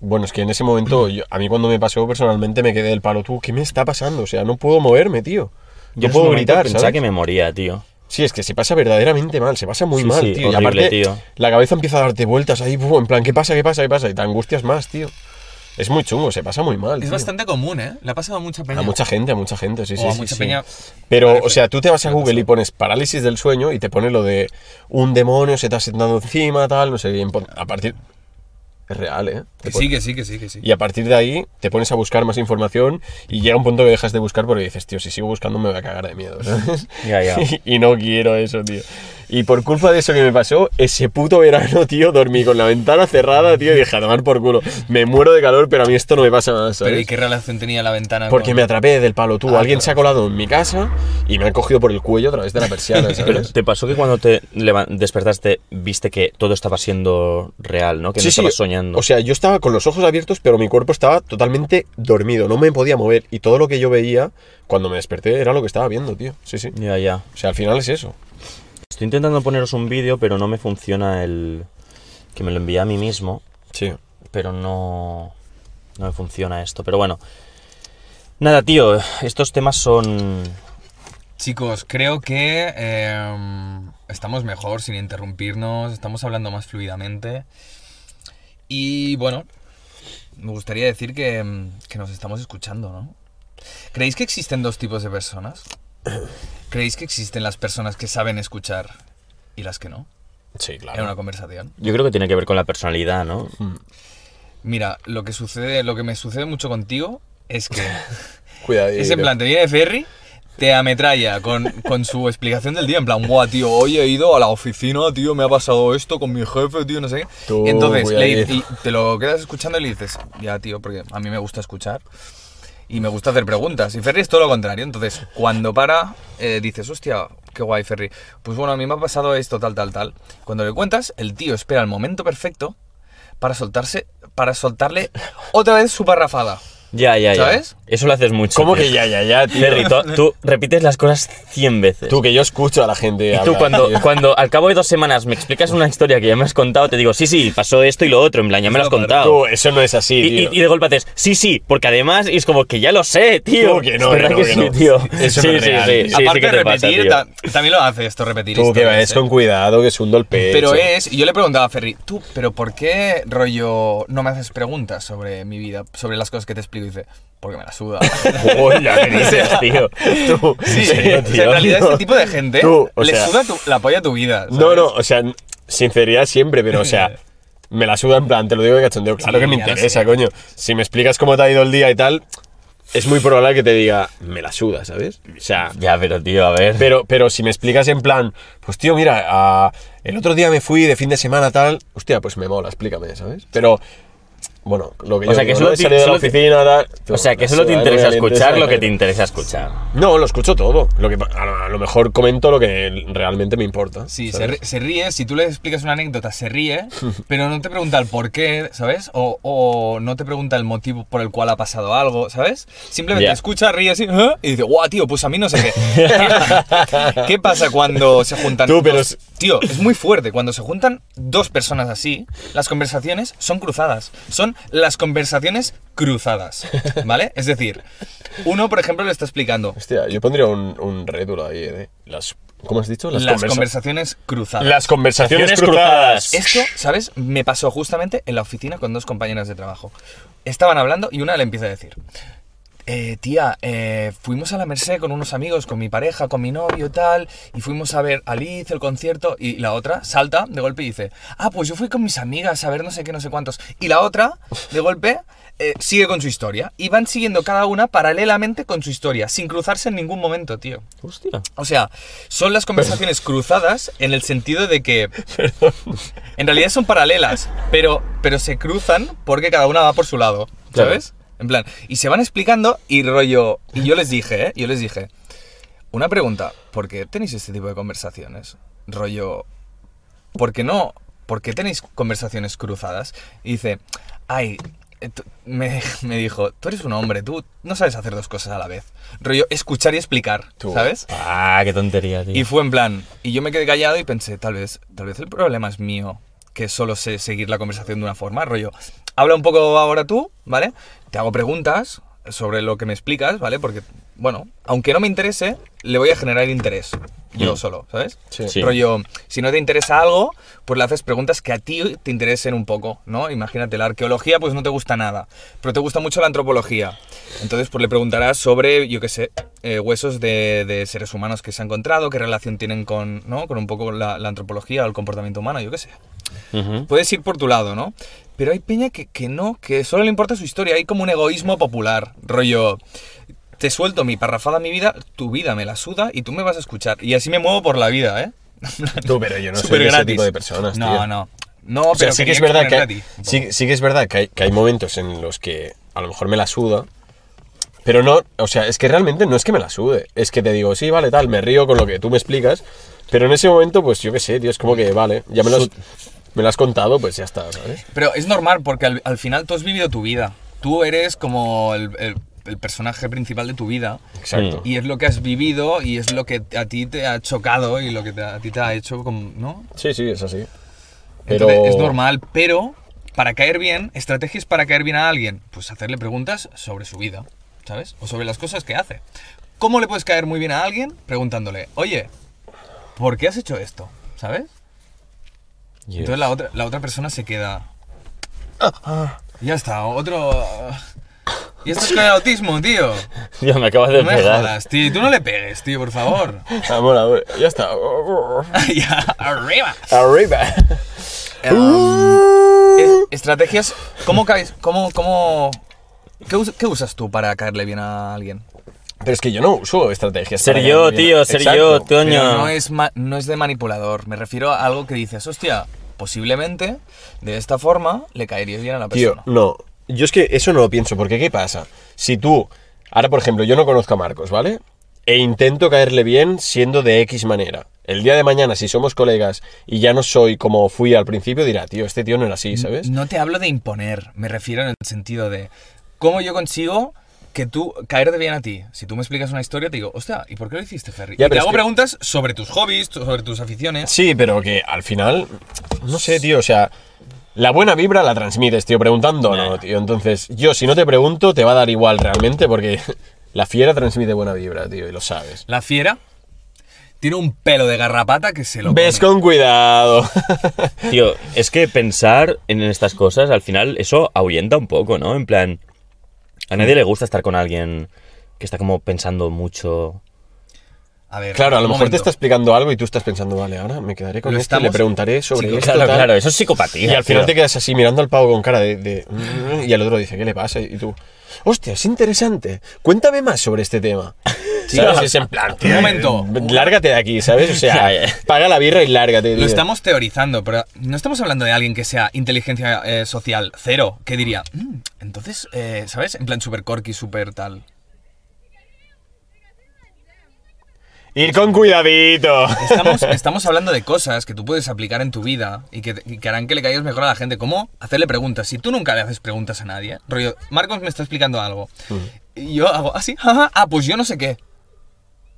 Bueno, es que en ese momento, yo- a mí cuando me pasó personalmente me quedé del palo. Tú, ¿qué me está pasando? O sea, no puedo moverme, tío.
Yo
Yo
en
puedo
su momento
gritar,
pensaba
¿sabes?
que me moría, tío.
Sí, es que se pasa verdaderamente mal, se pasa muy
Sí,
mal,
sí,
tío.
horrible,
y aparte,
tío.
la cabeza empieza a darte vueltas ahí, buh, en plan, ¿qué pasa, qué pasa, qué pasa? Y te angustias más, tío. Es muy chungo, se pasa muy mal.
Es
tío.
bastante común, ¿eh? Le ha pasado a mucha peña.
A mucha gente, a mucha gente, sí,
O
sí.
a
sí,
mucha
sí.
peña-
Pero,
Parece.
o sea, tú te vas a Google y pones parálisis del sueño y te pone lo de un demonio se te ha sentado encima, tal, no sé qué. y pon- A partir. Es real, ¿eh? Te
Que
pone-
sí, que sí, que sí, que sí.
Y a partir de ahí te pones a buscar más información y llega un punto que dejas de buscar porque dices, tío, si sigo buscando me voy a cagar de miedo, ¿sabes?
Ya, ya.
y no quiero eso, tío. Y por culpa de eso que me pasó, ese puto verano, tío, dormí con la ventana cerrada, tío, y dije, a tomar por culo. Me muero de calor, pero a mí esto no me pasa más, ¿sabes?
Pero ¿y qué relación tenía la ventana
Porque
con-
me atrapé del palo, tú.
Ah,
Alguien
claro.
se ha colado en mi casa y me han cogido por el cuello a través de la persiana,
Pero
¿sabes?
te pasó que cuando te levan- despertaste viste que todo estaba siendo real, ¿no? Que no estabas soñando.
O sea, yo estaba con los ojos abiertos, pero mi cuerpo estaba totalmente dormido, no me podía mover. Y todo lo que yo veía cuando me desperté era lo que estaba viendo, tío. Sí, sí.
ya, ya.
O sea, al final es eso.
Estoy intentando poneros un vídeo, pero no me funciona el... Que me lo envié a mí mismo,
Sí.
pero no... No me funciona esto. Pero bueno. Nada, tío. Estos temas son...
Chicos, creo que eh, estamos mejor sin interrumpirnos, estamos hablando más fluidamente. Y bueno, me gustaría decir que, mm, que nos estamos escuchando, ¿no? ¿Creéis que existen dos tipos de personas? ¿Creéis que existen las personas que saben escuchar y las que no?
Sí,
En una
claro.
conversación.
Yo creo que tiene que ver con la personalidad, ¿no?
Mira, lo que sucede, lo que me sucede mucho contigo es que
Cuidado.
Es en plan, te viene Ferry, te ametralla con, con su explicación del día. En plan, guau, tío, hoy he ido a la oficina, tío, me ha pasado esto con mi jefe, tío, no sé qué.
Tú,
Entonces,
voy a
le-
ir.
y te lo quedas escuchando y le dices, ya, tío, porque a mí me gusta escuchar y me gusta hacer preguntas. Y Ferry es todo lo contrario. Entonces, cuando para, eh, dices, hostia, qué guay, Ferry. Pues bueno, a mí me ha pasado esto, tal, tal, tal. Cuando le cuentas, el tío espera el momento perfecto para soltarse, para soltarle otra vez su parrafada.
Ya, ya, ya.
¿Sabes?
Eso lo haces mucho.
¿Cómo
tío.
que ya, ya, ya, tío?
Ferri, to- tú repites las cosas 100 veces.
Tú, que yo escucho a la gente
Y tú
hablar,
cuando,
tío.
cuando al cabo de dos semanas me explicas una historia que ya me has contado, te digo, sí, sí, pasó esto y lo otro, en plan, ya me lo has contado.
Tú, eso no es así,
Y, y-
tío.
y de golpe haces, sí, sí, porque además y es como que ya lo sé, tío.
Tú, que no,
Es ¿Verdad
que no, que
sí,
no.
tío?
Eso
sí,
no es
sí,
real,
sí,
tío.
sí, sí
Aparte
que
de
te pasa,
repetir,
tío.
ta- también lo hace esto, repetir
Tú, que
historias,
vayas
¿eh?
con cuidado, que es un dolpe.
Pero es, y yo le preguntaba a Ferry, tú, pero ¿por qué rollo no me haces preguntas sobre mi vida, sobre las cosas que te explico? Y dice, porque me la suda.
Hola, ¿qué dices, tío?
Tú,
Sí,
en serio,
o sea,
tío.
en realidad este tipo de gente
Tú, o
le
sea-
suda tu- la polla a tu vida. ¿sabes?
No, no, o sea, sinceridad siempre, pero o sea, me la suda en plan, te lo digo de cachondeo. Claro
Sí,
que me
ya lo
interesa,
sé.
coño. Si me explicas cómo te ha ido el día y tal, es muy probable que te diga, me la suda, ¿sabes? O sea,
Ya, pero tío, a ver.
pero, pero si me explicas en plan, pues tío, mira, ah, el otro día me fui de fin de semana tal, hostia, pues me mola, explícame, ¿sabes? Pero Bueno, lo que
O
yo
sea, que
digo,
solo
¿no?
te-
Salir de la
solo te-
oficina, tal.
O sea, que
Eso
solo te
a mí
interesa
me
escuchar lo que te
interesa.
interesa escuchar.
No, lo escucho todo. Lo que, pa- a, lo, a lo mejor comento lo que realmente me importa.
Sí, se,
¿sabes?
ri- se ríe, si tú le explicas una anécdota, se ríe, pero no te pregunta el por qué, ¿sabes? O, o no te pregunta el motivo por el cual ha pasado algo, ¿sabes? Simplemente
Ya.
escucha, ríe así, "¿Eh?", y dice, guau, tío, pues a mí no sé qué. ¿Qué, qué pasa cuando se juntan
Tú, pero
dos-
es-
Tío, es muy fuerte. Cuando se juntan dos personas así, las conversaciones son cruzadas. Son las conversaciones cruzadas, ¿vale? Es decir, uno, por ejemplo, le está explicando
Hostia, yo pondría un, un rétulo ahí, ¿eh? Las, ¿Cómo has dicho?
las,
conversa-
conversaciones cruzadas.
Las conversaciones
Acciones
cruzadas.
cruzadas.
Esto, ¿sabes? Me pasó justamente en la oficina con dos compañeras de trabajo. Estaban hablando y una le empieza a decir, "Eh, tía, eh, fuimos a la Merced con unos amigos, con mi pareja, con mi novio, tal, y fuimos a ver a Liz, el concierto, y la otra salta de golpe y dice, ah, pues yo fui con mis amigas a ver no sé qué, no sé cuántos. Y la otra, de golpe, eh, sigue con su historia. Y van siguiendo cada una paralelamente con su historia, sin cruzarse en ningún momento, tío.
Hostia.
O sea, son las conversaciones cruzadas en el sentido de que. En realidad son paralelas, pero, pero se cruzan porque cada una va por su lado,
Claro.
¿sabes? En plan, y se van explicando y rollo. Y yo les dije, ¿eh? Yo les dije. Una pregunta, ¿por qué tenéis este tipo de conversaciones? Rollo. ¿Por qué no? ¿Por qué tenéis conversaciones cruzadas? Y dice, ay, eh, tú- me, me dijo, tú eres un hombre, tú no sabes hacer dos cosas a la vez. Rollo, escuchar y explicar,
Tú.
¿sabes?
Ah, qué tontería, tío.
Y fue en plan, y yo me quedé callado y pensé, tal vez, tal vez el problema es mío, que solo sé seguir la conversación de una forma, rollo. Habla un poco ahora tú, ¿vale? Te hago preguntas sobre lo que me explicas, ¿vale? Porque, bueno, aunque no me interese, le voy a generar interés. Yo
Mm.
solo, ¿sabes?
Sí.
Sí.
Rollo, si no te interesa algo, pues le haces preguntas que a ti te interesen un poco, ¿no? Imagínate, la arqueología pues no te gusta nada, pero te gusta mucho la antropología. Entonces pues le preguntarás sobre, yo qué sé, eh, huesos de, de seres humanos que se han encontrado, qué relación tienen con, ¿no? Con un poco la, la antropología o el comportamiento humano, yo qué sé.
Ujú.
Puedes ir por tu lado, ¿no? Pero hay peña que, que no, que solo le importa su historia. Hay como un egoísmo popular. Rollo, te suelto mi parrafada, mi vida, tu vida me la suda y tú me vas a escuchar. Y así me muevo por la vida, ¿eh?
Tú, pero yo no soy
Súper
de ese
gratis.
tipo de personas,
No,
tío.
no. No,
O sea,
pero
sí que es
quería
verdad que
exponerte
hay,
a ti.
sí, sí que es verdad que hay, que hay momentos en los que a lo mejor me la suda, pero no, o sea, es que realmente no es que me la sude, es que te digo, sí, vale, tal, me río con lo que tú me explicas, pero en ese momento, pues yo qué sé, tío, es como que, vale, ya me lo has, me lo has contado, pues ya está, ¿sabes?
Pero es normal porque al, al final tú has vivido tu vida. Tú eres como el, el- el personaje principal de tu vida.
Exacto.
Y es lo que has vivido y es lo que a ti te ha chocado y lo que te- a ti te ha hecho, como, ¿no?
Sí, sí, es así. Pero
Entonces, es normal, pero para caer bien, estrategias para caer bien a alguien, pues hacerle preguntas sobre su vida, ¿sabes? O sobre las cosas que hace. ¿Cómo le puedes caer muy bien a alguien? Preguntándole, oye, ¿por qué has hecho esto? ¿Sabes? Entonces la otra, la otra persona se queda. Ya está, otro. Y esto es con el autismo, tío.
Tío, me acabas de
No me
pegar.
jodas, tío. Tú no le pegues, tío, por favor.
Amor, amor, ya está.
Ya, arriba.
Arriba.
Um,
Uh.
es- estrategias. ¿Cómo caes? ¿Cómo, cómo, qué, us- qué usas tú para caerle bien a alguien?
Pero es que yo no uso estrategias.
Ser
para
yo,
ganar bien.
tío, ser
Exacto.
yo, coño.
Pero no es, ma- no es de manipulador. Me refiero a algo que dices, hostia, posiblemente de esta forma le caerías bien a la
Tío,
persona.
no. Yo es que eso no lo pienso, porque ¿qué pasa? Si tú, ahora por ejemplo, yo no conozco a Marcos, ¿vale? E intento caerle bien siendo de X manera. El día de mañana, si somos colegas y ya no soy como fui al principio, dirá, tío, este tío no era así, ¿sabes?
No te hablo de imponer, me refiero en el sentido de cómo yo consigo que tú caer de bien a ti. Si tú me explicas una historia, te digo, hostia, ¿y por qué lo hiciste, Ferry?
Ya,
y te
pero es
hago
que-
preguntas sobre tus hobbies, tu- sobre tus aficiones.
Sí, pero que al final, no sé, tío, o sea, la buena vibra la transmites, tío, preguntando o no, tío. Entonces, yo si no te pregunto, te va a dar igual realmente, porque la fiera transmite buena vibra, tío, y lo sabes.
La fiera tiene un pelo de garrapata que se lo
Ves
come.
con cuidado.
Tío, es que pensar en estas cosas, al final, eso ahuyenta un poco, ¿no? En plan, a nadie le gusta estar con alguien que está como pensando mucho.
A ver,
Claro, a lo
un
mejor te
momento.
está explicando algo y tú estás pensando, vale, ahora me quedaré con
Lo
esto y le
estamos-
preguntaré sobre
Chicos,
esto.
Claro,
tal.
claro, eso es psicopatía.
Y al final
tío.
te quedas así mirando al pavo con cara de, de, "Mm", Y al otro dice, ¿qué le pasa? Y tú. hostia, es interesante, cuéntame más sobre este tema. ¿Sabes? Es en plan, tío,
momento.
Lárgate de aquí, ¿sabes? O sea, paga la birra y lárgate.
Lo
tío.
estamos teorizando, pero no estamos hablando de alguien que sea inteligencia eh, social cero, que diría, "Mm, entonces, eh, ¿sabes? En plan super corky, super tal.
Ir con cuidadito.
Estamos, estamos hablando de cosas que tú puedes aplicar en tu vida y que, y que harán que le caigas mejor a la gente. Como hacerle preguntas. Si tú nunca le haces preguntas a nadie, rollo, Marcos me está explicando algo.
Mm.
Y yo hago, ah, sí, ajá, ah, pues yo no sé qué.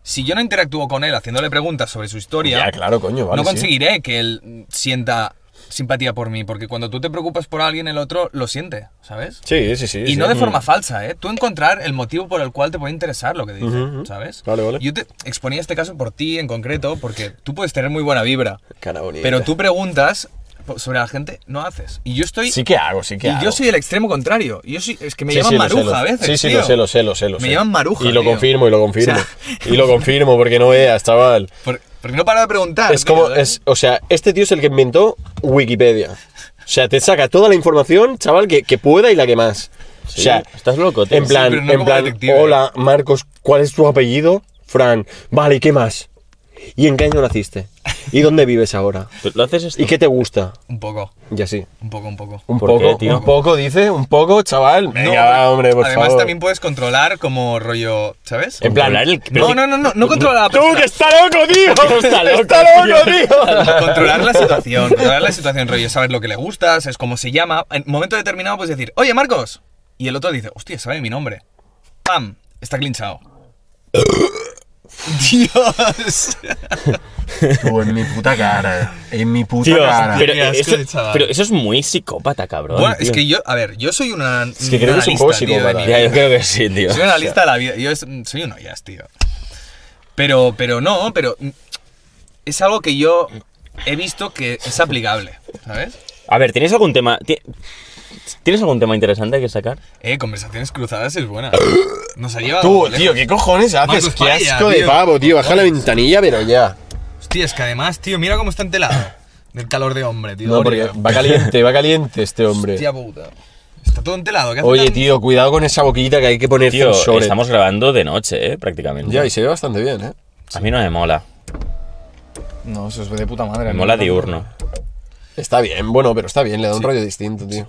Si yo no interactúo con él haciéndole preguntas sobre su historia,
Ya, claro, coño, vale.
no
sí.
conseguiré que él sienta simpatía por mí, porque cuando tú te preocupas por alguien, el otro lo siente, ¿sabes?
Sí, sí, sí.
y
sí.
no de
Mm.
forma falsa, ¿eh? Tú encontrar el motivo por el cual te puede interesar lo que dice,
Ujú, ujú.
¿sabes?
Vale, vale.
Yo te exponía este caso por ti en concreto, porque tú puedes tener muy buena vibra,
Cara bonita.
pero tú preguntas po- sobre la gente, no haces. Y yo estoy...
Sí que hago, sí que
y
hago.
yo soy el extremo contrario. Yo soy, es que me
Sí,
llaman
sí, lo sé,
maruja
lo-
a veces.
Sí, sí,
tío.
lo sé, lo sé, lo sé. lo
Me
sé.
llaman maruja,
Y lo
tío.
confirmo, y lo confirmo.
O sea-
Y lo confirmo, porque no veas, chaval.
Por- porque no para de preguntar.
Es como,
tío, ¿eh?
es, o sea, este tío es el que inventó Wikipedia. O sea, te saca toda la información, chaval, que, que pueda y la que más.
Sí,
o sea,
estás loco, tío.
en plan,
pero no
en
como
plan,
detective.
hola, Marcos, ¿cuál es tu apellido? Fran, vale, ¿y qué más? ¿Y en qué año naciste? ¿Y dónde vives ahora?
¿Tú ¿Lo haces esto?
¿Y qué te gusta?
Un poco,
Y así.
un poco, un poco.
Un
¿Por
poco,
qué, tío?
un poco, dice, un poco, chaval. Venga,
No,
va, hombre, por
Además,
favor.
también puedes controlar como rollo, ¿sabes?
En plan,
Controlar el-
No, no, no, no, no controlar a la
¡Tú,
persona.
que está loco, tío!
Está loco,
tío!
Controlar la situación, controlar la situación, rollo, saber lo que le gusta, es cómo se llama. En momento determinado puedes decir, oye, Marcos. Y el otro dice, hostia, sabe mi nombre. ¡Pam! Está clinchado. Dios.
Tú en mi puta cara, en mi puta
Tío, pero,
Qué asco
eso,
de chaval.
pero eso es muy psicópata, cabrón.
Bueno, es
tío.
que yo, a ver, yo soy una.
Es que creo que es un poco psicópata.
Ya, yo creo que sí, tío.
Soy una lista de la vida. Yo es- mm, soy un ollas, tío. Pero, pero no, pero mm, es algo que yo he visto que es aplicable, ¿sabes?
A ver, ¿tienes algún tema? ti- ¿Tienes algún tema interesante que sacar?
Eh, conversaciones cruzadas es buena. Nos ha llevado.
Tú,
lejos.
tío, ¿qué cojones haces?
Marcos,
¡Qué
vaya,
asco de
tío.
pavo, tío! Baja la ventanilla, pero ya.
Hostia, es que además, tío, mira cómo está entelado. Del calor de hombre, tío.
No, porque
Hostia
va caliente, va caliente este hombre.
puta. Está todo entelado. ¿qué hace
Oye,
tan-
tío, cuidado con esa boquillita que hay que poner
Tío,
sobre.
estamos grabando de noche, eh, prácticamente.
Ya, y se ve bastante bien, ¿eh?
A mí no me mola.
No, se os ve de puta madre.
Me
¿no?
mola diurno.
Está bien, bueno, pero está bien, le da un rollo distinto, tío.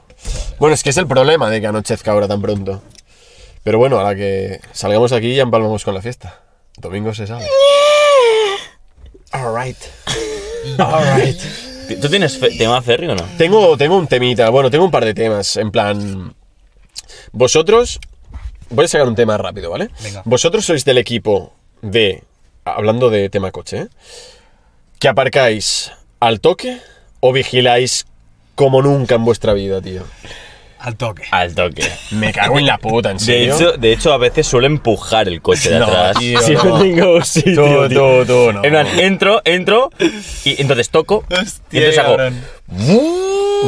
Bueno, es que es el problema de que anochezca ahora tan pronto. Pero bueno, a la que salgamos de aquí ya empalmamos con la fiesta. Domingo se sale. Alright. Alright.
¿Tú tienes fe- tema férreo o no?
Tengo, tengo un temita, bueno, tengo un par de temas, en plan... Vosotros... Voy a sacar un tema rápido, ¿vale?
Venga.
Vosotros sois del equipo de... Hablando de tema coche, ¿eh? ¿Que aparcáis al toque o vigiláis como nunca en vuestra vida, tío?
Al toque.
Al toque.
Me cago en la puta, ¿en
De hecho, de hecho, a veces suelo empujar el coche de
No,
atrás.
tío,
Si
no.
tengo sitio,
Tú,
tío.
tú, tú, no.
En plan, entro, entro, y entonces toco, y entonces hago,
cabrón.
Mm.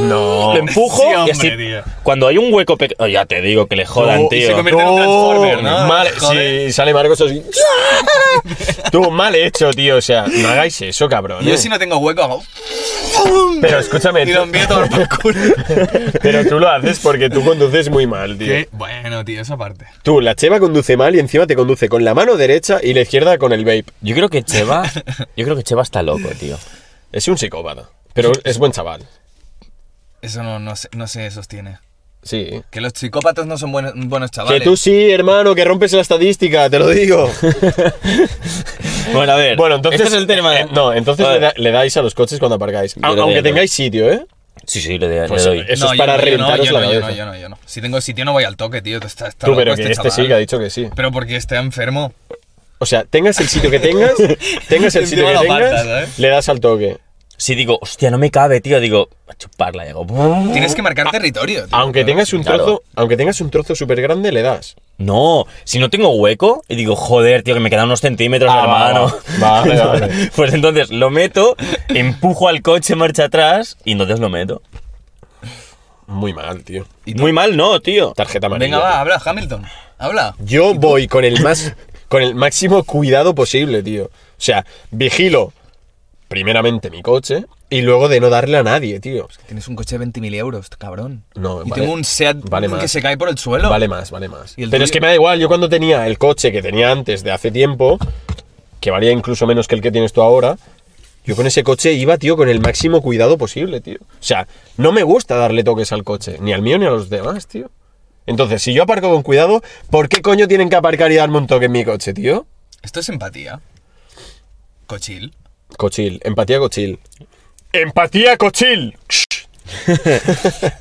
No.
lo empujo,
Sí, hombre,
y así,
tío. Oh,
cuando hay un hueco pequeño, ya te digo que le jodan,
Tú, y
tío.
se convierte en un Transformer, ¿no?
Oh, Mal,
Joder.
si sale Marcos así... Tú, mal hecho, tío, o sea, no hagáis eso, cabrón.
Yo
¿eh?
si no tengo hueco hago...
Pero escúchame,
Y lo envío todo por culo.
Pero tú lo haces porque tú conduces muy mal, tío.
¿Qué? Bueno, tío, esa parte.
Tú, la cheva conduce mal y encima te conduce con la mano derecha y la izquierda con el vape.
Yo creo que Cheva, yo creo que Cheva está loco, tío.
Es un psicópata. Pero es buen chaval.
Eso no, no, se, no se sostiene.
Sí.
Que los psicópatas no son buenos, buenos
Que
chavales.
tú sí, hermano, que rompes la estadística, te lo digo.
Bueno, a ver,
bueno, entonces.
este es el tema.
eh, no, entonces
Vale.
le, da- le dais a los coches cuando aparcáis.
Yo le doy,
aunque
le doy.
tengáis sitio, ¿eh?
Sí, sí, le, doy- le
Pues,
doy.
eso es
yo
para
yo
reventaros
yo
la
no, yo no,
cabeza.
yo no, yo no. Si tengo sitio no voy al toque, tío. Está, está
Tú,
loco
pero que este
pues chaval.
sí, que ha dicho que sí.
Pero porque está enfermo.
O sea, tengas el sitio que tengas, tengas el sitio que
Encima lo
tengas,
apartas, ¿eh?
le das al toque.
Si digo, hostia, no me cabe, tío, digo, a chuparla, y hago,
Tienes que marcar territorio, tío.
Aunque tengas un
claro.
trozo, aunque tengas un trozo súper grande, le das.
No, si no tengo hueco, y digo, joder, tío, que me quedan unos centímetros,
Ah, va,
hermano.
va, vale, vale.
pues entonces lo meto, empujo al coche marcha atrás y entonces lo meto.
Muy mal, tío.
Muy mal, no, tío.
Tarjeta amarilla.
Venga, va, habla, Hamilton. Habla.
Yo voy con el más con el máximo cuidado posible, tío. O sea, vigilo primeramente mi coche Y luego de no darle a nadie, tío.
Tienes un coche de 20.000 euros, cabrón.
No,
y
vale-
tengo un Seat
vale
que
más.
se cae por el suelo.
Vale más, vale más.
¿Y el
Pero
tuyo?
es que me da igual, yo cuando tenía el coche que tenía antes de hace tiempo, que valía incluso menos que el que tienes tú ahora, yo con ese coche iba, tío, con el máximo cuidado posible, tío. O sea, no me gusta darle toques al coche, ni al mío ni a los demás, tío. Entonces, si yo aparco con cuidado, ¿por qué coño tienen que aparcar y darme un toque en mi coche, tío?
Esto es empatía. Cochil.
Cochil, empatía cochil. ¡Empatía cochil!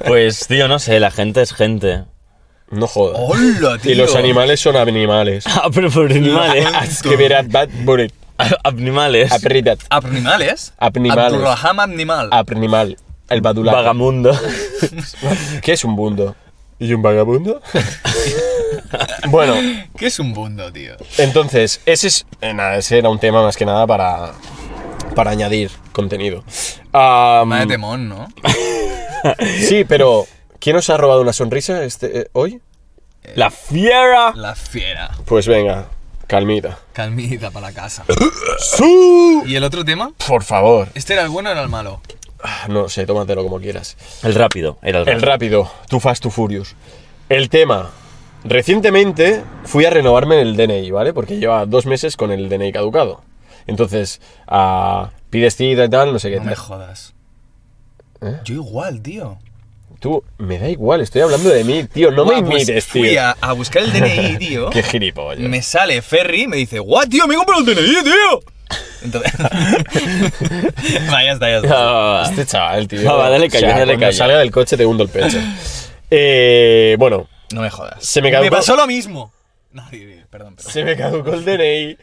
Pues, tío, no sé, la gente es gente.
No jodas.
¡Hola, tío!
y los animales son animales.
Ah, pero por animales.
Es que verás, bad bullet.
Animales.
Apridat.
Abnimales.
Abnimales.
Abdurraham Abnimal.
Aprinimal. El badulaco.
Vagamundo.
¿Qué es un bundo? ¿Y un vagabundo? bueno,
¿Qué es un bundo, tío?
entonces, ese, es, eh, nada, ese era un tema más que nada para, para añadir contenido. Am,
Madre temón, ¿no?
sí, pero ¿quién os ha robado una sonrisa este, eh, hoy?
La fiera.
La fiera.
Pues venga, calmita.
Calmita para la casa.
¡Su!
¿Y el otro tema?
Por favor.
¿Este era el bueno o era el malo?
Ah, No sé, tómatelo como quieras.
El rápido. Era el
El
rápido.
rápido, tú fast, tú furious. El tema. Recientemente fui a renovarme el DNI, ¿vale? Porque lleva dos meses con el DNI caducado. Entonces, ah, pides cita y tal, no sé qué.
No
tal.
me jodas.
¿Eh?
Yo igual, tío.
Tú, me da igual, estoy hablando de mí, tío, no me
Buah, pues
imites,
Fui
tío.
a, a buscar el DNI, tío.
Qué gilipollas.
me sale Ferry y me dice, ¡guau, tío! ¡Me he comprado el DNI, tío! Entonces. Va, ya está, ya
Va,
está.
va, va.
Este chaval, tío.
Ah,
Va, va, dale
caña,
caña, dale caña.
salga del coche te hundo el pecho. Eh, bueno,
No me jodas.
Se me caducó.
Me pasó lo mismo. No, tío, tío, perdón, perdón.
se me caducó el DNI.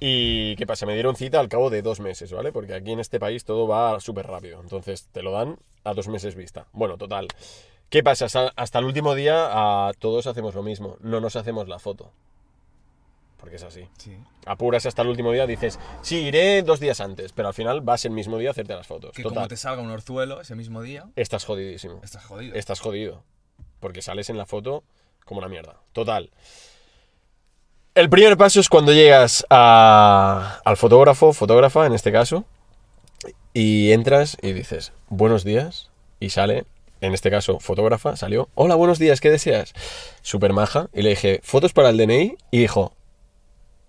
Y qué pasa, me dieron cita al cabo de dos meses, ¿vale? Porque aquí en este país todo va súper rápido. Entonces te lo dan a dos meses vista. Bueno, total. ¿Qué pasa? Hasta, hasta el último día ah, todos hacemos lo mismo. No nos hacemos la foto. Porque es así.
Sí.
Apuras hasta el último día, dices, sí, iré dos días antes, pero al final vas el mismo día a hacerte las fotos.
Que
Total,
como te salga un orzuelo ese mismo día,
estás jodidísimo.
estás jodido.
Estás jodido. Porque sales en la foto como una mierda. Total. El primer paso es cuando llegas a- al fotógrafo, fotógrafa en este caso, y entras y dices, buenos días, y sale, en este caso, fotógrafa, salió, hola, buenos días, ¿qué deseas? Super maja, y le dije, fotos para el DNI, y dijo,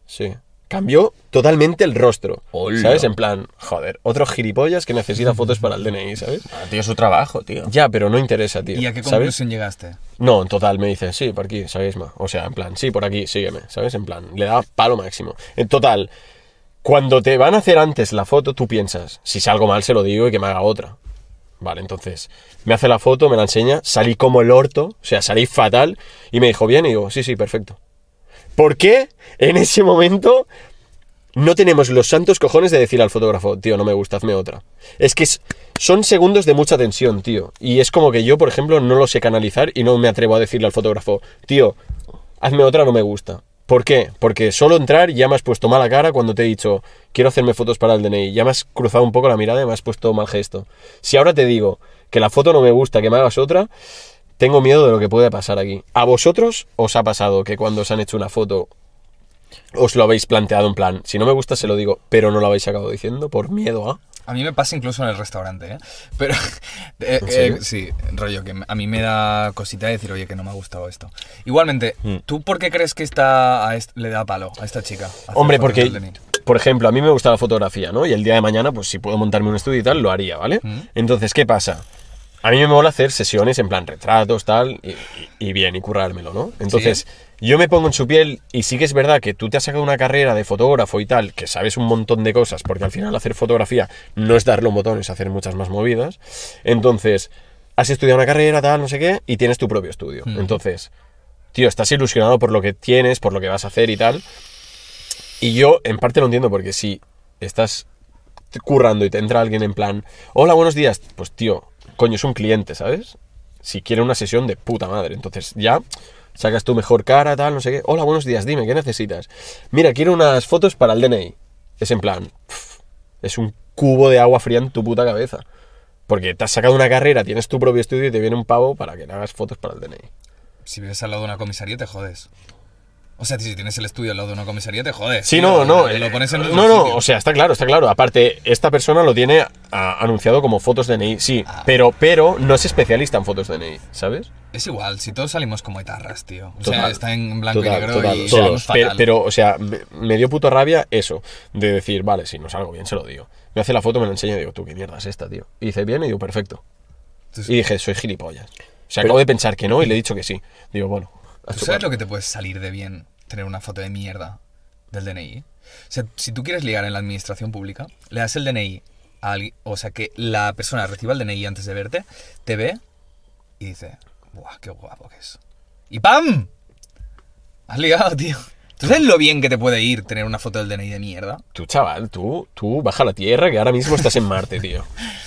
sí. Cambió totalmente el rostro,
Hola.
¿sabes? En plan, joder, otro gilipollas que necesita fotos para el DNI, ¿sabes?
Tío, es su trabajo, tío.
Ya, pero no interesa, tío.
¿Y a qué
¿sabes?
conclusión llegaste?
No, en total me dice, sí, por aquí, sabéis más. O sea, en plan, sí, por aquí, sígueme, ¿sabes? En plan, le da palo máximo. En total, cuando te van a hacer antes la foto, tú piensas, si salgo mal se lo digo y que me haga otra. Vale, entonces, me hace la foto, me la enseña, salí como el orto, o sea, salí fatal, y me dijo, bien, y digo, sí, sí, perfecto. ¿Por qué en ese momento no tenemos los santos cojones de decir al fotógrafo, tío, no me gusta, hazme otra. Es que es- son segundos de mucha tensión, tío. Y es como que yo, por ejemplo, no lo sé canalizar y no me atrevo a decirle al fotógrafo, tío, hazme otra, no me gusta. ¿Por qué? Porque solo entrar ya me has puesto mala cara cuando te he dicho, quiero hacerme fotos para el DNI. Ya me has cruzado un poco la mirada y me has puesto mal gesto. Si ahora te digo que la foto no me gusta, que me hagas otra, tengo miedo de lo que puede pasar aquí. ¿A vosotros os ha pasado que cuando os han hecho una foto os lo habéis planteado en plan, si no me gusta se lo digo, pero no lo habéis acabado diciendo por miedo a...
A mí me pasa incluso en el restaurante, ¿eh? Pero. eh,
¿En
eh,
serio?
sí, rollo, que a mí me da cosita decir, oye, que no me ha gustado esto. Igualmente,
Hmm.
¿tú por qué crees que esta, a est- le da palo a esta chica? Hacer
Hombre,
fotos
porque,
del DNI.
por ejemplo, a mí me gusta la fotografía, ¿no? Y el día de mañana, pues si puedo montarme un estudio y tal, lo haría, ¿vale?
Mm.
Entonces, ¿qué pasa? A mí me mola hacer sesiones en plan retratos, tal, y, y- y bien, y currármelo, ¿no? Entonces, yo me pongo en su piel y sí que es verdad que tú te has sacado una carrera de fotógrafo y tal, que sabes un montón de cosas, porque al final hacer fotografía no es dar los botones, hacer muchas más movidas. Entonces, has estudiado una carrera, tal, no sé qué, y tienes tu propio estudio. Entonces, tío, estás ilusionado por lo que tienes, por lo que vas a hacer y tal. Y yo en parte lo entiendo porque si estás currando y te entra alguien en plan, hola, buenos días, pues tío, coño, es un cliente, ¿sabes? Si quiere una sesión de puta madre, entonces ya sacas tu mejor cara, tal, no sé qué, hola, buenos días, dime, ¿qué necesitas? Mira, quiero unas fotos para el DNI. Es en plan, pf, es un cubo de agua fría en tu puta cabeza. Porque te has sacado una carrera, tienes tu propio estudio y te viene un pavo para que le hagas fotos para el DNI.
Si vives al lado de una comisaría, te jodes. O sea, si tienes el estudio al lado de una comisaría, te jodes.
Sí,
tío,
no,
te-
no.
te
eh,
lo pones en otro
no, no,
sitio.
o sea, está claro, está claro. Aparte, esta persona lo tiene ah, anunciado como fotos DNI, sí,
Ah.
pero, pero no es especialista en fotos DNI, ¿sabes?
Es igual, si todos salimos como etarras, tío. O sea,
Total.
está en blanco
Total,
y negro
total,
y
todos.
salimos
Pero,
fatal.
pero, o sea, me, me dio puto rabia eso, de decir, vale, si no salgo bien, se lo digo. Me hace la foto, me la enseña y digo, tú, qué mierda es esta, tío. Y dice, bien, y digo, perfecto.
Entonces,
Y dije, soy gilipollas. O sea, acabo de pensar que no y le he dicho que sí. Digo, bueno. a
¿Tú
chupar.
sabes lo que te puedes salir de bien tener una foto de mierda del DNI? O sea, si tú quieres ligar en la administración pública, le das el DNI a alguien, o sea, que la persona reciba el DNI antes de verte, te ve y dice, ¡buah, qué guapo que es! ¡Y ¡pam! Has ligado, tío. ¿Tú sabes lo bien que te puede ir tener una foto del DNI de mierda?
Tú, chaval, tú, tú, baja a la tierra que ahora mismo estás en Marte, tío.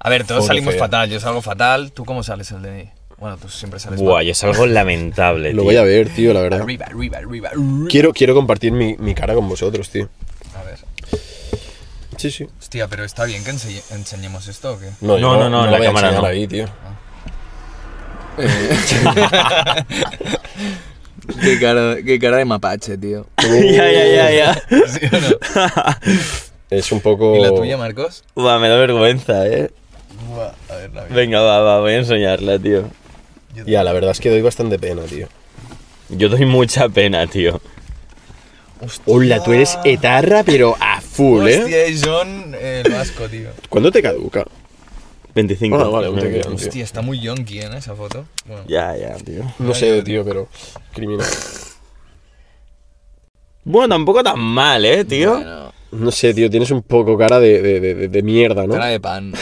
A ver, todos
Joder,
salimos
feo.
fatal, yo salgo fatal. ¿Tú cómo sales el DNI? Bueno, tú siempre sales
Buah,
mal.
yo es algo lamentable,
Lo
tío.
voy a ver, tío, la verdad.
Arriba, arriba, arriba. arriba.
Quiero, quiero compartir mi, mi cara con vosotros, tío.
A ver.
Sí, sí.
Hostia, pero está bien que ense- enseñemos esto o qué?
No, no, no, en
lo
la
voy a
cámara
enseñar
no.
ahí, tío.
Qué cara, qué cara de mapache, tío.
ya, ya, ya, ya.
¿Sí o no?
Es un poco...
¿Y la tuya, Marcos?
Buah, me da vergüenza, eh.
a ver, la
Venga, va, va, voy a enseñarla, tío.
Ya, la verdad es que doy bastante pena, tío.
Yo doy mucha pena, tío.
Hola, tú eres etarra, pero a full,
Hostia, es John eh, el vasco, tío.
¿Cuándo te caduca?
25.
Ah, vale, aún te
No,
quedan.
tío.
Hostia, está muy yonki en esa foto. Bueno,
Ya, ya, tío.
No sé, tío, pero... Criminal.
Bueno, tampoco tan mal, eh, tío.
Bueno,
No sé, tío, tienes un poco cara de, de, de, de- de mierda, ¿no?
cara de pan.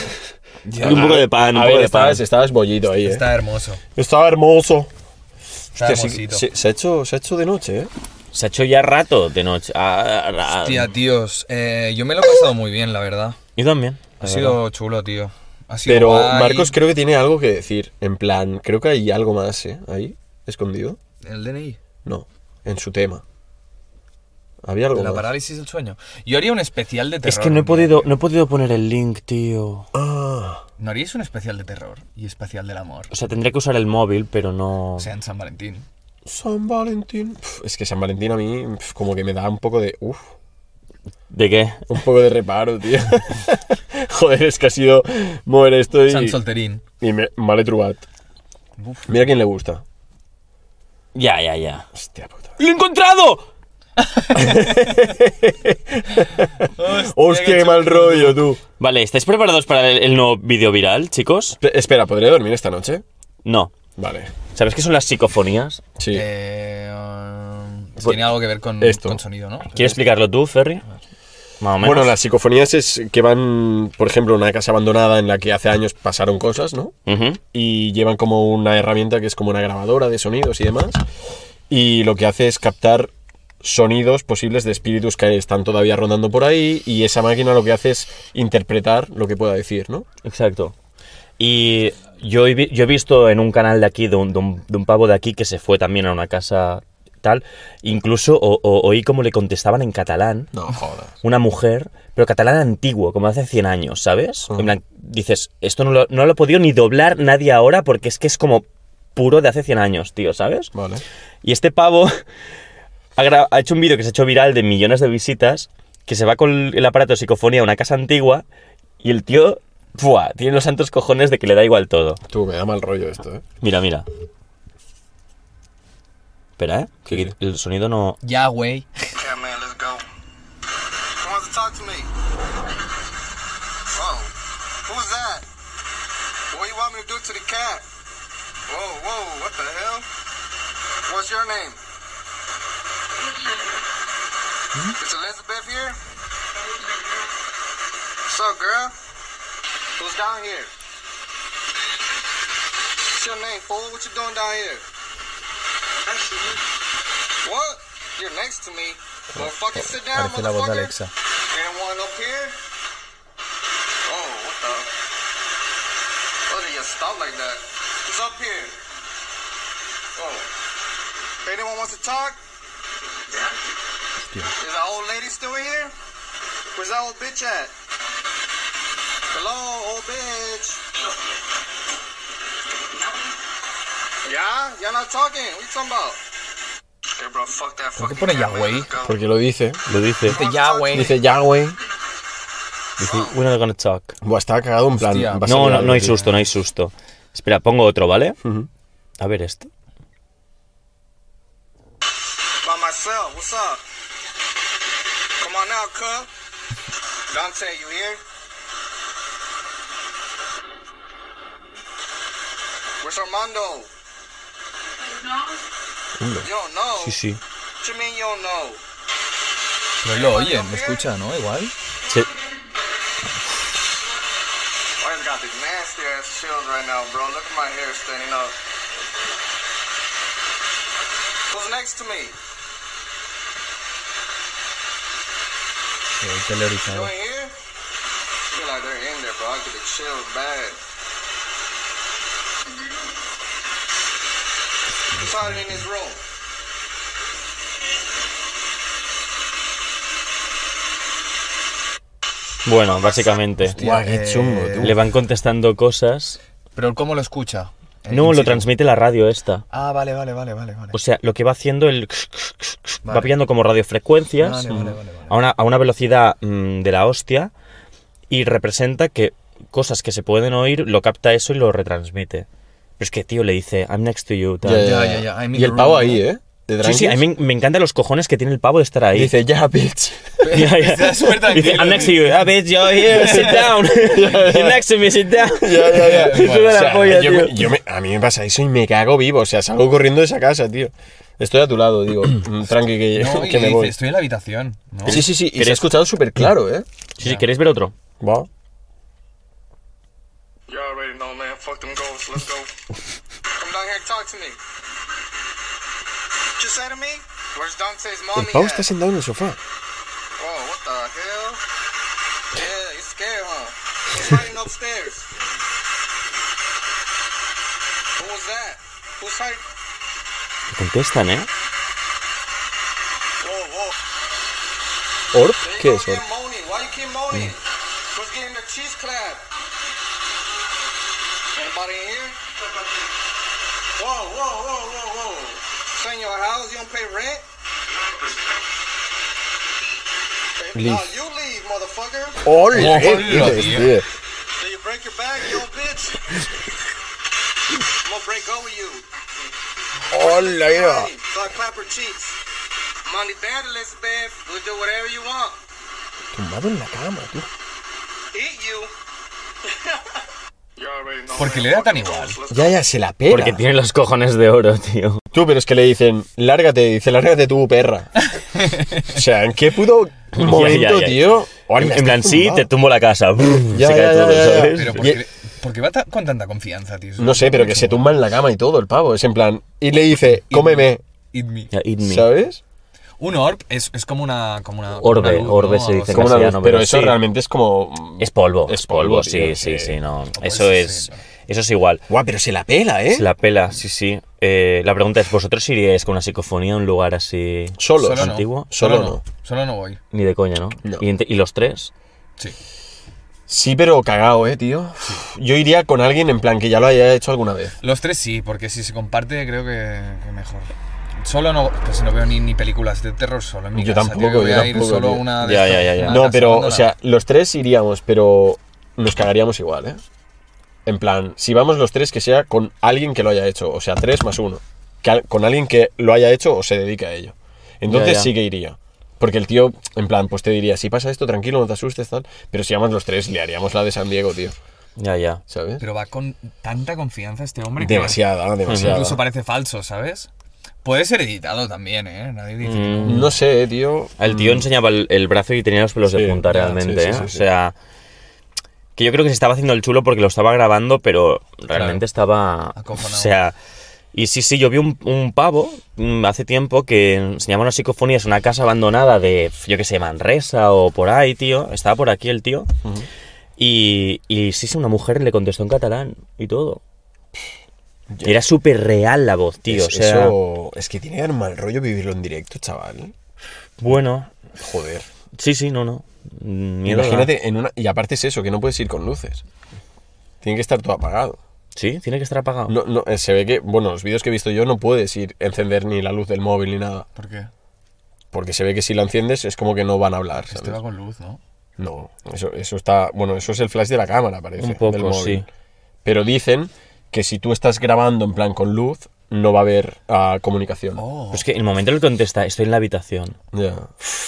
Y un poco de pan, un
A
poco
ver,
de pan.
estabas, estabas bollito ahí, eh.
está hermoso.
Estaba hermoso.
Está
Hostia, sí,
hermosito.
se, se ha hecho, se ha hecho de noche, eh.
Se ha hecho ya rato de noche. Ah, ah, ah.
Hostia, tíos, eh, yo me lo he pasado muy bien, la verdad.
Yo también.
Ha sido chulo, tío. Ha sido
Pero
guay.
Marcos creo que tiene algo que decir. En plan, creo que hay algo más, ¿eh? Ahí, escondido.
¿El DNI?
No, en su tema. Había algo
¿De la
más.
parálisis del sueño? Yo haría un especial de terror.
Es que no he
un día,
podido,
tío.
no he podido poner el link, tío.
Ah,
¿No haríais un especial de terror y especial del amor?
O sea, tendré que usar el móvil, pero no.
O sea, en San Valentín.
San Valentín. Pf, es que San Valentín a mí pf, como que me da un poco de... Uf,
¿De qué?
un poco de reparo, tío. Joder, es que ha sido mover esto y...
San Solterín.
y me, mal he trobat.
Uf.
Mira quién le gusta.
Ya, ya, ya.
Hostia puta.
¡Lo he encontrado!
Hostia, qué mal rollo, tú.
Vale, ¿estáis preparados para el, el nuevo vídeo viral, chicos?
Pe- espera, ¿podré dormir esta noche?
No.
Vale.
¿Sabes qué son las psicofonías?
Sí. Pues
Eh, um, tiene algo que ver con,
esto.
con sonido, ¿no?
¿Quieres explicarlo tú, Ferry? Más o menos.
Bueno, las psicofonías es que van, por ejemplo, a una casa abandonada en la que hace años pasaron cosas, ¿no?
Ujú.
Y llevan como una herramienta que es como una grabadora de sonidos y demás. Y lo que hace es captar sonidos posibles de espíritus que están todavía rondando por ahí y esa máquina lo que hace es interpretar lo que pueda decir, ¿no?
Exacto. Y yo he, vi- yo he visto en un canal de aquí, de un, de un- de un pavo de aquí, que se fue también a una casa tal, incluso o- o- oí cómo le contestaban en catalán
No, jodas.
una mujer, pero catalán antiguo, como hace 100 años, ¿sabes?
Ah.
En plan, dices, esto no lo, no lo ha podido ni doblar nadie ahora porque es que es como puro de hace 100 años, tío, ¿sabes?
Vale.
Y este pavo ha, gra- ha hecho un vídeo que se ha hecho viral de millones de visitas, que se va con el aparato de psicofonía a una casa antigua y el tío, ¡buah!, tiene los santos cojones de que le da igual todo.
Tú, me da mal rollo esto, ¿eh?
Mira, mira. Espera, ¿eh? Que
Sí, sí.
el sonido no...
Ya, güey.
Yeah, man, let's go. Who wants to talk to me? Whoa, who's that? What do you want me to do to the cat? Whoa, whoa, what the hell? What's your name? Is Elizabeth here? What's up, girl? Who's down here? What's your name, fool? What you doing down here? What? You're next to me. Well, fucking sit down,
Parece la voz de
motherfucker.
Alexa.
Anyone up here? Oh, what the? Why did you stop like that? Who's up here? Oh. Anyone wants to talk? Is that old lady still in here? Where's that old bitch at? Hello, old bitch. Yeah? Y'all not talking? What you talking about? Hey, bro, fuck that
¿Por qué
fucking
pone
cat, man.
Yahweh?
Let's go.
Porque lo dice.
Lo dice.
Dice Yahweh.
Dice Yahweh.
Dice, we're not gonna talk.
Buah, está cagado en plan.
Hostia.
va a
No,
ser
no, no hay
algo, tío.
susto, no hay susto. Espera, pongo otro, ¿vale?
Ujú.
A ver esto.
By myself, what's up? Come on now, cuz. Dante, you here? Where's Armando? You don't know?
Sí, sí.
What you mean you don't know?
Pero él lo oye, me escucha, ¿no? Igual.
Se-
I just got these nasty ass chills right now, bro. Look at my hair standing up. Who's next to me?
Sí,
You
teleorizado.
ain't here? I feel like they're in there, bro. I get the chills bad. Who's hiding in this room?
Bueno, básicamente.
Buah, qué chungo, tú.
Le van contestando cosas.
eh, Pero ¿cómo lo escucha? En
No, lo
sitio.
transmite la radio esta.
Ah, vale, vale, vale, vale. vale.
Pues,
O sea, lo que va haciendo el... Va
Vale.
pillando como radiofrecuencias
Vale, vale, vale, vale.
a una, a una velocidad mm, de la hostia y representa que cosas que se pueden oír lo capta eso y lo retransmite. Pero es que, tío, le dice, I'm next to you. tal.
Ya, ya,
Ya,
ya.
ya, ya, I'm in
Y el
the
pavo
room,
ahí,
¿no?
¿eh? De
Sí, sí, a
tranquis.
mí me- me encantan los cojones que tiene el pavo de estar ahí.
Dice, ya, bitch.
Ya, ya.
Se suelta
Dice,
aquí,
I'm
¿no?
next to you. Ah, bitch, you're here. Sit down. You're next to me. Sit down.
Ya, ya, ya.
Eso me la
O sea,
polla,
yo
tío.
me- yo me- a mí me pasa eso y me cago vivo. O sea, salgo corriendo de esa casa, tío. Estoy a tu lado, digo. mm, Tranqui, que,
No, y
que me
dice,
voy.
estoy en la habitación. ¿no?
Sí, sí, sí. Y se ha
¿Quieres-
escuchado súper claro, ¿eh?
Sí, sí, ¿queréis ver otro?
Va.
You already know, man. Fuck them ghosts. Let's go. Come down here and talk to me. What you say to me? Where's Dante's
El
mommy
pavo
at?
está sentado en el sofá.
Whoa, what the hell? Yeah, you scared, huh? Who's hiding upstairs? Who was that? Who's hiding?
Le Contestan, ¿eh?
Whoa, whoa.
¿Orb?
There you
¿Qué
go
es Mm. Orb?
again, moaning. Why you keep moaning? Who's getting the cheese clap? Anybody in here? Whoa, whoa, whoa, whoa, whoa. Saying your house, you don't pay rent? Hey, No,
Leave.
you leave, motherfucker.
¡Hola!
Hola,
¿Qué dices,
tío.
tío?
Did you break your back, you old bitch? I'm gonna break over you.
¡Hola, tío!
Hey, So I clap her cheeks. Money dad, Elizabeth. We'll do whatever you want.
Tumbado en la cama, tío.
Eat you. you already know.
Porque le da tan igual.
Ya, ya, se la pega.
Porque tiene los cojones de oro, tío.
Tú, pero es que le dicen, lárgate, dice, lárgate tú, perra. o sea, ¿en qué puto momento,
Ya, ya, ya.
tío? Hola,
en plan,
estás
sí,
tumbado.
te tumbo la casa. Brr,
Ya,
se cae
ya,
todo,
ya, ya, ya.
¿sabes?
Pero
Y-
porque, porque va ta- con tanta confianza, tío.
No sé, pero que se tumba en la cama y todo el pavo. Es en plan, y le dice, cómeme,
Eat me.
Ya, eat me.
¿sabes?
Un orb es, es como una. Como una como
Orbe,
una luz,
orbe
¿no?
se
Algo así.
dice
Como una luz,
castellano,
pero
pero
eso
sí.
realmente es como...
Es polvo.
Es
Es
polvo,
polvo,
tío,
sí, sí,
sí.
sí, no.
puede
Eso
ser,
es.
sí, claro.
Eso es igual.
Guau, pero se la pela, ¿eh?
Se la pela, sí, sí. Eh, la pregunta es, ¿vosotros iríais con una psicofonía a un lugar así
Solos.
Solo no.
antiguo?
Solo no.
Solo no voy.
Ni de coña, ¿no?
No.
¿Y, ente- y los tres?
Sí.
Sí, pero cagao, ¿eh, tío? Yo iría con alguien en plan que ya lo haya hecho alguna vez.
Los tres sí, porque si se comparte, creo que, que mejor. Solo no. Pues no veo ni, ni películas de terror solo en mi
Yo
casa. tío,
tampoco,
que voy
yo
a ir
tampoco,
solo
tío.
una de
Ya,
estas,
ya, ya, ya.
una
No,
casa
pero, o
abandonada.
sea, los tres iríamos, pero nos cagaríamos igual, ¿eh? En plan, si vamos los tres, que sea con alguien que lo haya hecho, o sea, tres más uno. Que al- con alguien que lo haya hecho o se dedica a ello. Entonces
Ya, ya.
sí que iría. Porque el tío, en plan, pues te diría, si pasa esto, tranquilo, no te asustes, tal. Pero si vamos los tres, le haríamos la de San Diego, tío.
Ya, ya.
¿Sabes?
Pero va con tanta confianza este hombre. que-
Demasiada, demasiada.
Incluso parece falso, ¿sabes? Puede ser editado también, ¿eh? Nadie
Mm.
dice que
Mm.
no.
No sé, eh, tío.
El tío enseñaba el, el brazo y tenía los pelos
Sí,
de punta
ya, sí,
realmente,
sí,
¿eh?
sí,
o
sí.
sea, que yo creo que se estaba haciendo el chulo porque lo estaba grabando, pero realmente estaba...
Acojonado.
O sea, y sí, sí, yo vi un, un pavo mm, hace tiempo que enseñaba unas psicofonías en una casa abandonada de, yo qué sé, Manresa o por ahí, tío. Estaba por aquí el tío. Y, y sí, sí, una mujer le contestó en catalán y todo.
Ya.
Era súper real la voz, tío.
Es-
o sea,
Eso es que tiene un mal rollo vivirlo en directo, chaval.
bueno,
Joder.
sí, sí, no, no. Miedo da.
Imagínate, en una, y aparte es eso, que no puedes ir con luces. Tiene que estar todo apagado.
¿Sí? ¿Tiene que estar apagado?
No, no, eh, se ve que, bueno, los vídeos que he visto yo no puedes ir encender ni la luz del móvil ni nada.
¿Por qué?
Porque se ve que si la enciendes es como que no van a hablar.
Este
¿sabes?
va con luz, ¿no?
No, eso, eso está. Bueno, eso es el flash de la cámara, parece.
Un poco,
del móvil.
sí.
Pero dicen que si tú estás grabando en plan con luz, no va a haber ah, comunicación.
Oh.
Pues que en el momento en el que contesta, estoy en la habitación.
Ya.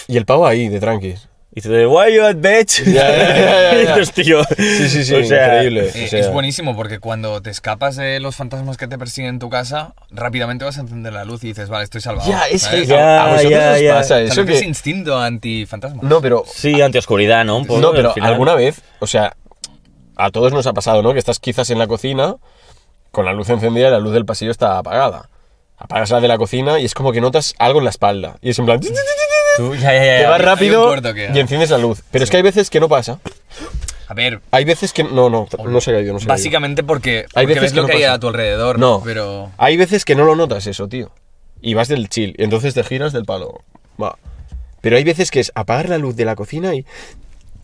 Y el pavo ahí, de tranquis.
Y te dice, why you at bitch?
Ya, ya, ya, ya, ya.
Y dices, tío.
Sí, sí, sí,
o sea,
increíble.
Eh,
o sea,
es buenísimo porque cuando te escapas de los fantasmas que te persiguen en tu casa, rápidamente vas a encender la luz y dices, vale, estoy salvado.
Ya, es que
¿sabes?
a,
Ya,
a vosotros
ya,
os
ya.
pasa
Tal
eso
vez es
que...
instinto antifantasma.
No, pero
Sí, antioscuridad, ¿no? Un poco,
No,
al
pero
final.
alguna vez, o sea, a todos nos ha pasado, ¿no? Que estás quizás en la cocina con la luz encendida y la luz del pasillo está apagada. Apagas la de la cocina y es como que notas algo en la espalda. Y es en plan...
Tú, ya, ya, ya.
Te vas
Eh, un
rápido
corto que-
y enciendes la luz. Pero es que hay veces que no pasa.
A ver,
Hay veces que... No, no, no se ha caído, no se ha caído.
básicamente porque,
Hay
porque
veces
ves
que
lo
no
que hay
pasa.
a tu alrededor,
No,
pero...
hay veces que no lo notas eso, tío. Y vas del chill. Y entonces te giras del palo. Va. Pero hay veces que es apagar la luz de la cocina y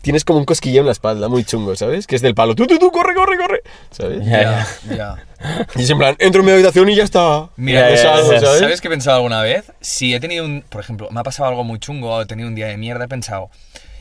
tienes como un cosquilleo en la espalda, muy chungo, ¿sabes? Que es del palo. Tú, tú, tú, corre, corre, corre. ¿Sabes?
Ya, ya.
Ya, ya.
Y es en plan, entro en mi habitación y ya está.
Mira,
Es
ya, ya,
algo,
ya.
¿sabes?
¿Sabes qué he pensado alguna vez? Si he tenido un. Por ejemplo, me ha pasado algo muy chungo, o he tenido un día de mierda, he pensado.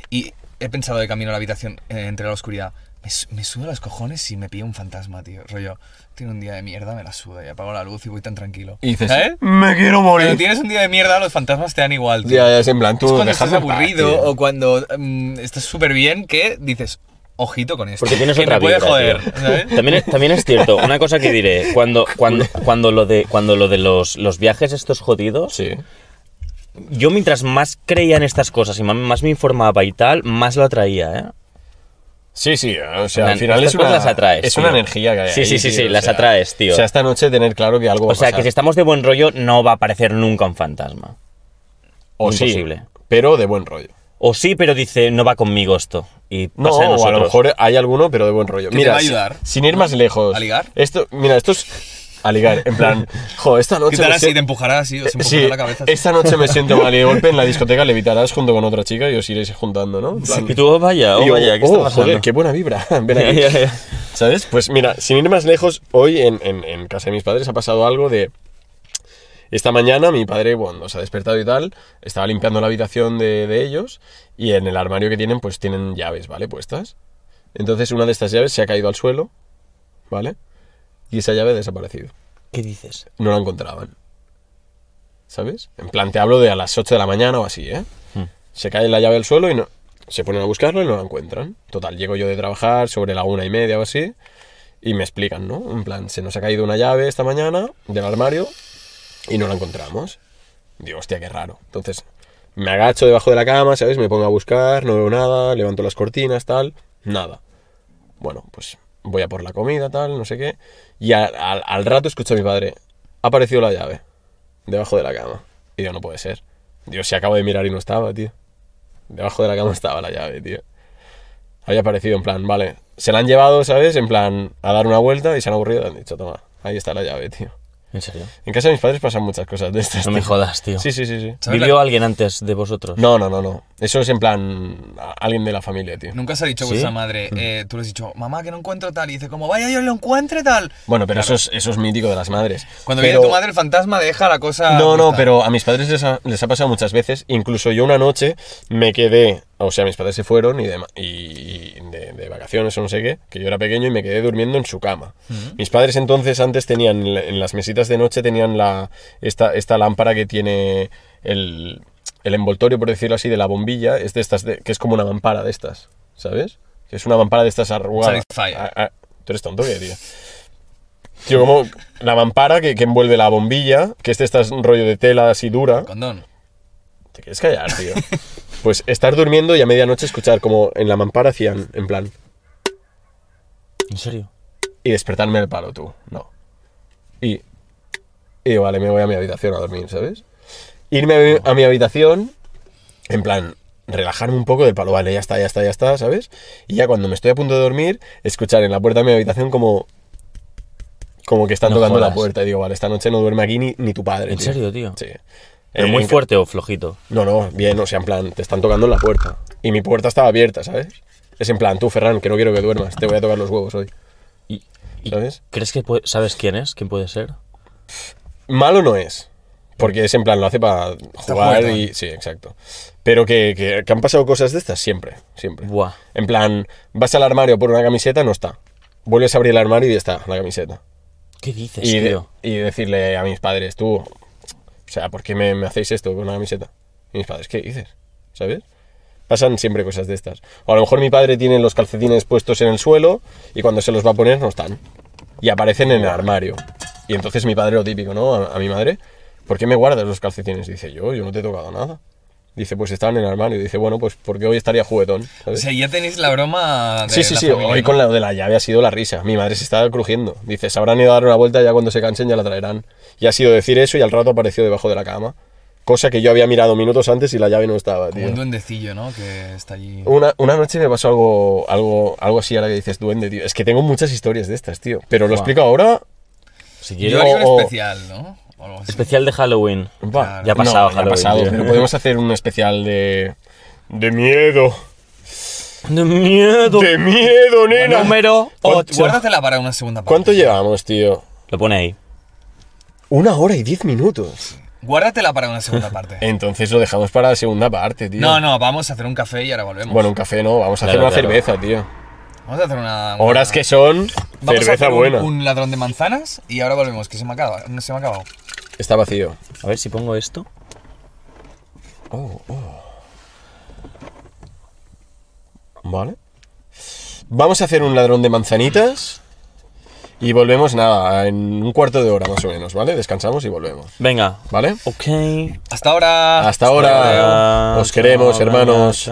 Y he pensado de camino a la habitación eh, entre la oscuridad. Me, su- me sudo los cojones si me pilla un fantasma, tío. Rollo, tiene un día de mierda, me la suda y apago la luz y voy tan tranquilo.
Y dices,
¿Sabes?
me quiero
Cuando
morir.
¿Eh? tienes un día de mierda, los fantasmas te dan igual, tío.
Ya, ya, es en plan, tú
es cuando
dejadme
estás
en paz,
aburrido
tío.
o cuando mm, estás súper bien que dices, ojito con esto.
Porque tienes
que
otra
me puede
vibra,
joder,
tío.
¿sabes?
También, es- también es cierto, una cosa que diré, cuando, cuando, cuando lo de, cuando lo de los, los viajes estos jodidos,
Sí.
yo mientras más creía en estas cosas y más, más me informaba y tal, más lo atraía, ¿eh?
Sí, sí, o sea,
plan,
al final
estas
es una,
cosas las atraes,
es
tío.
una energía que hay
Sí,
ahí,
sí, sí,
tío,
sí,
o
las
sea,
atraes, tío.
O sea, esta noche tener claro que algo va
O
a
sea, que
pasar.
si estamos de buen rollo, no va a aparecer nunca un fantasma.
O sí,
imposible.
pero de buen rollo.
O sí, pero dice, no va conmigo esto. Y
No,
pasa de
o a lo
nosotros.
mejor hay alguno, pero de buen rollo.
te
mira,
va a ayudar?
si- sin ir más lejos.
¿A ligar?
Esto, mira, esto es a ligar, en plan, jo, esta
¿Qué
noche...
tal
me
así?
sien-
Te empujará así, o se empujará
Sí,
la cabeza. así.
esta noche me siento mal y de golpe en la discoteca levitarás junto con otra chica y os iréis juntando, ¿no? En plan-
Y tú, oh, vaya, oh,
Y yo,
vaya, ¿qué
"Oh,
está pasando?
joder, qué buena vibra. Ven aquí.
Ya, ya, ya.
¿Sabes? Pues mira, sin ir más lejos, hoy en, en- en casa de mis padres ha pasado algo de... Esta mañana mi padre, cuando se ha despertado y tal, estaba limpiando la habitación de, de ellos y en el armario que tienen, pues tienen llaves, ¿vale? Puestas. Entonces una de estas llaves se ha caído al suelo, ¿vale? Y esa llave ha desaparecido.
¿Qué dices?
No la encontraban. ¿Sabes? En plan, te hablo de a las 8 de la mañana o así, ¿eh? se cae la llave al suelo y no, se ponen a buscarlo y no la encuentran. Total, llego yo de trabajar sobre la una y media o así y me explican, ¿no? En plan, se nos ha caído una llave esta mañana del armario y no la encontramos. Digo, hostia, qué raro. Entonces, me agacho debajo de la cama, ¿sabes? Me pongo a buscar, no veo nada, levanto las cortinas, tal, nada. Bueno, pues voy a por la comida, tal, no sé qué. Y al, al- al rato escucho a mi padre, ha aparecido la llave debajo de la cama. Y yo, no puede ser. Dios, si acabo de mirar y no estaba, tío. Debajo de la cama estaba la llave, tío. Había aparecido en plan, vale. Se la han llevado, ¿sabes? En plan, a dar una vuelta y se han aburrido y han dicho, toma, ahí está la llave, tío.
¿En serio?
En casa de mis padres pasan muchas cosas de estas.
No me
tío.
jodas, tío.
Sí, sí, sí, sí.
¿Sabes la-
¿Vivió alguien antes de vosotros?
No, no, no, no. Eso es en plan a- alguien de la familia, tío.
Nunca se ha dicho
¿Sí?
vuestra madre,
Mm.
eh, tú le has dicho, mamá, que no encuentro tal, y dice, como vaya yo lo encuentre tal.
Bueno, pero eso, es, eso es mítico de las madres.
Cuando
Pero-
viene tu madre el fantasma, deja la cosa.
No, no,
puesta.
pero a mis padres les ha, les ha pasado muchas veces. Incluso yo una noche me quedé, o sea, mis padres se fueron y de, ma- y- y de- de vacaciones o no sé qué, que yo era pequeño y me quedé durmiendo en su cama. Mis padres entonces antes tenían, en la- en las mesitas de noche tenían la, esta, esta lámpara que tiene el, el envoltorio, por decirlo así, de la bombilla, es de estas, de- que es como una mampara de estas, ¿sabes? Que es una mampara de estas arrugadas.
Satisfyer.
Ah, ah, Tú eres tonto, ¿qué, tío? Tío, como la mampara que, que envuelve la bombilla, que este estás un rollo de tela así dura.
Condón.
¿Te quieres callar, tío? Pues estar durmiendo y a medianoche escuchar como en la mampara hacían, en plan,
¿En serio?
y despertarme el palo tú. No. Y. Y vale, me voy a mi habitación a dormir, ¿sabes? Irme a mi, a mi habitación, en plan, relajarme un poco del palo, vale, ya está, ya está, ya está, ¿sabes? Y ya cuando me estoy a punto de dormir, escuchar en la puerta de mi habitación como. Como que están
No
tocando la
jodas.
puerta. Y digo, vale, esta noche no duerme aquí ni, ni tu padre.
¿En serio, tío?
Sí.
¿Pero
Eh,
muy
en-
fuerte o flojito?
No, no, bien, o sea, en plan, te están tocando en la puerta. Y mi puerta estaba abierta, ¿sabes? Es en plan, tú, Ferran, que no quiero que duermas, te voy a tocar los huevos hoy.
¿Y,
¿sabes?
¿Crees que puede- sabes quién es? ¿Quién puede ser?
malo no es. Porque es en plan, lo hace para jugar
juguetón.
y. Sí, exacto. Pero que, que- que han pasado cosas de estas siempre, siempre.
Buah.
En plan, vas al armario por una camiseta, no está. Vuelves a abrir el armario y está la camiseta.
¿Qué dices,
Y, de-
tío?
y decirle a mis padres, tú, o sea, ¿por qué me, me hacéis esto con una camiseta? Y mis padres, ¿qué dices? ¿Sabes? Pasan siempre cosas de estas. O a lo mejor mi padre tiene los calcetines puestos en el suelo y cuando se los va a poner no están. Y aparecen en el armario. Y entonces mi padre lo típico, ¿no? A, a mi madre, ¿por qué me guardas los calcetines? Dice, yo, yo no te he tocado nada. Dice, pues estaban en el armario. Dice, bueno, pues porque hoy estaría juguetón.
O
¿sabes?
sea, ya tenéis la broma de
Sí, sí,
la
sí.
familia,
Hoy
¿no?
con la de la llave ha sido la risa. Mi madre se estaba crujiendo. Dice, se habrán ido a dar una vuelta ya cuando se cansen ya la traerán. Y ha sido decir eso y al rato apareció debajo de la cama. Cosa que yo había mirado minutos antes y la llave no estaba,
Como
tío.
un duendecillo, ¿no? Que está allí.
Una, una noche me pasó algo, algo, algo así ahora que dices duende, tío. Es que tengo muchas historias de estas, tío. Pero lo explico ahora.
Si
Yo
quieres.
haría un
o-
especial, ¿no? O algo así.
Especial de Halloween.
Buah,
Ya ha pasado
ya ha
Halloween,
pasado.
tío.
Pero podemos hacer un especial de. De miedo.
¡De miedo!
De miedo, nena.
Número
Pues
Guá-
8.
Guárdatela para una segunda parte.
¿Cuánto llevamos, tío?
Lo pone ahí.
Una hora y diez minutos.
Guárdatela para una segunda parte.
Entonces lo dejamos para la segunda parte, tío.
No, no, vamos a hacer un café y ahora volvemos.
Bueno, un café no, vamos a
Claro,
hacer una
claro.
cerveza, tío.
Vamos a hacer una. una-
Horas que son
Vamos a
cerveza
hacer un-
buena.
Un, ladrón de manzanas y ahora volvemos, que se me acaba. No se me ha acabado.
Está vacío.
A ver si pongo esto.
Vale. Vamos a hacer un ladrón de manzanitas y volvemos nada, en un cuarto de hora más o menos, ¿vale? Descansamos y volvemos,
Venga.
¿vale?
Ok.
Hasta ahora.
Hasta ahora.
ahora.
Os queremos,
Chao,
hermanos.
venga,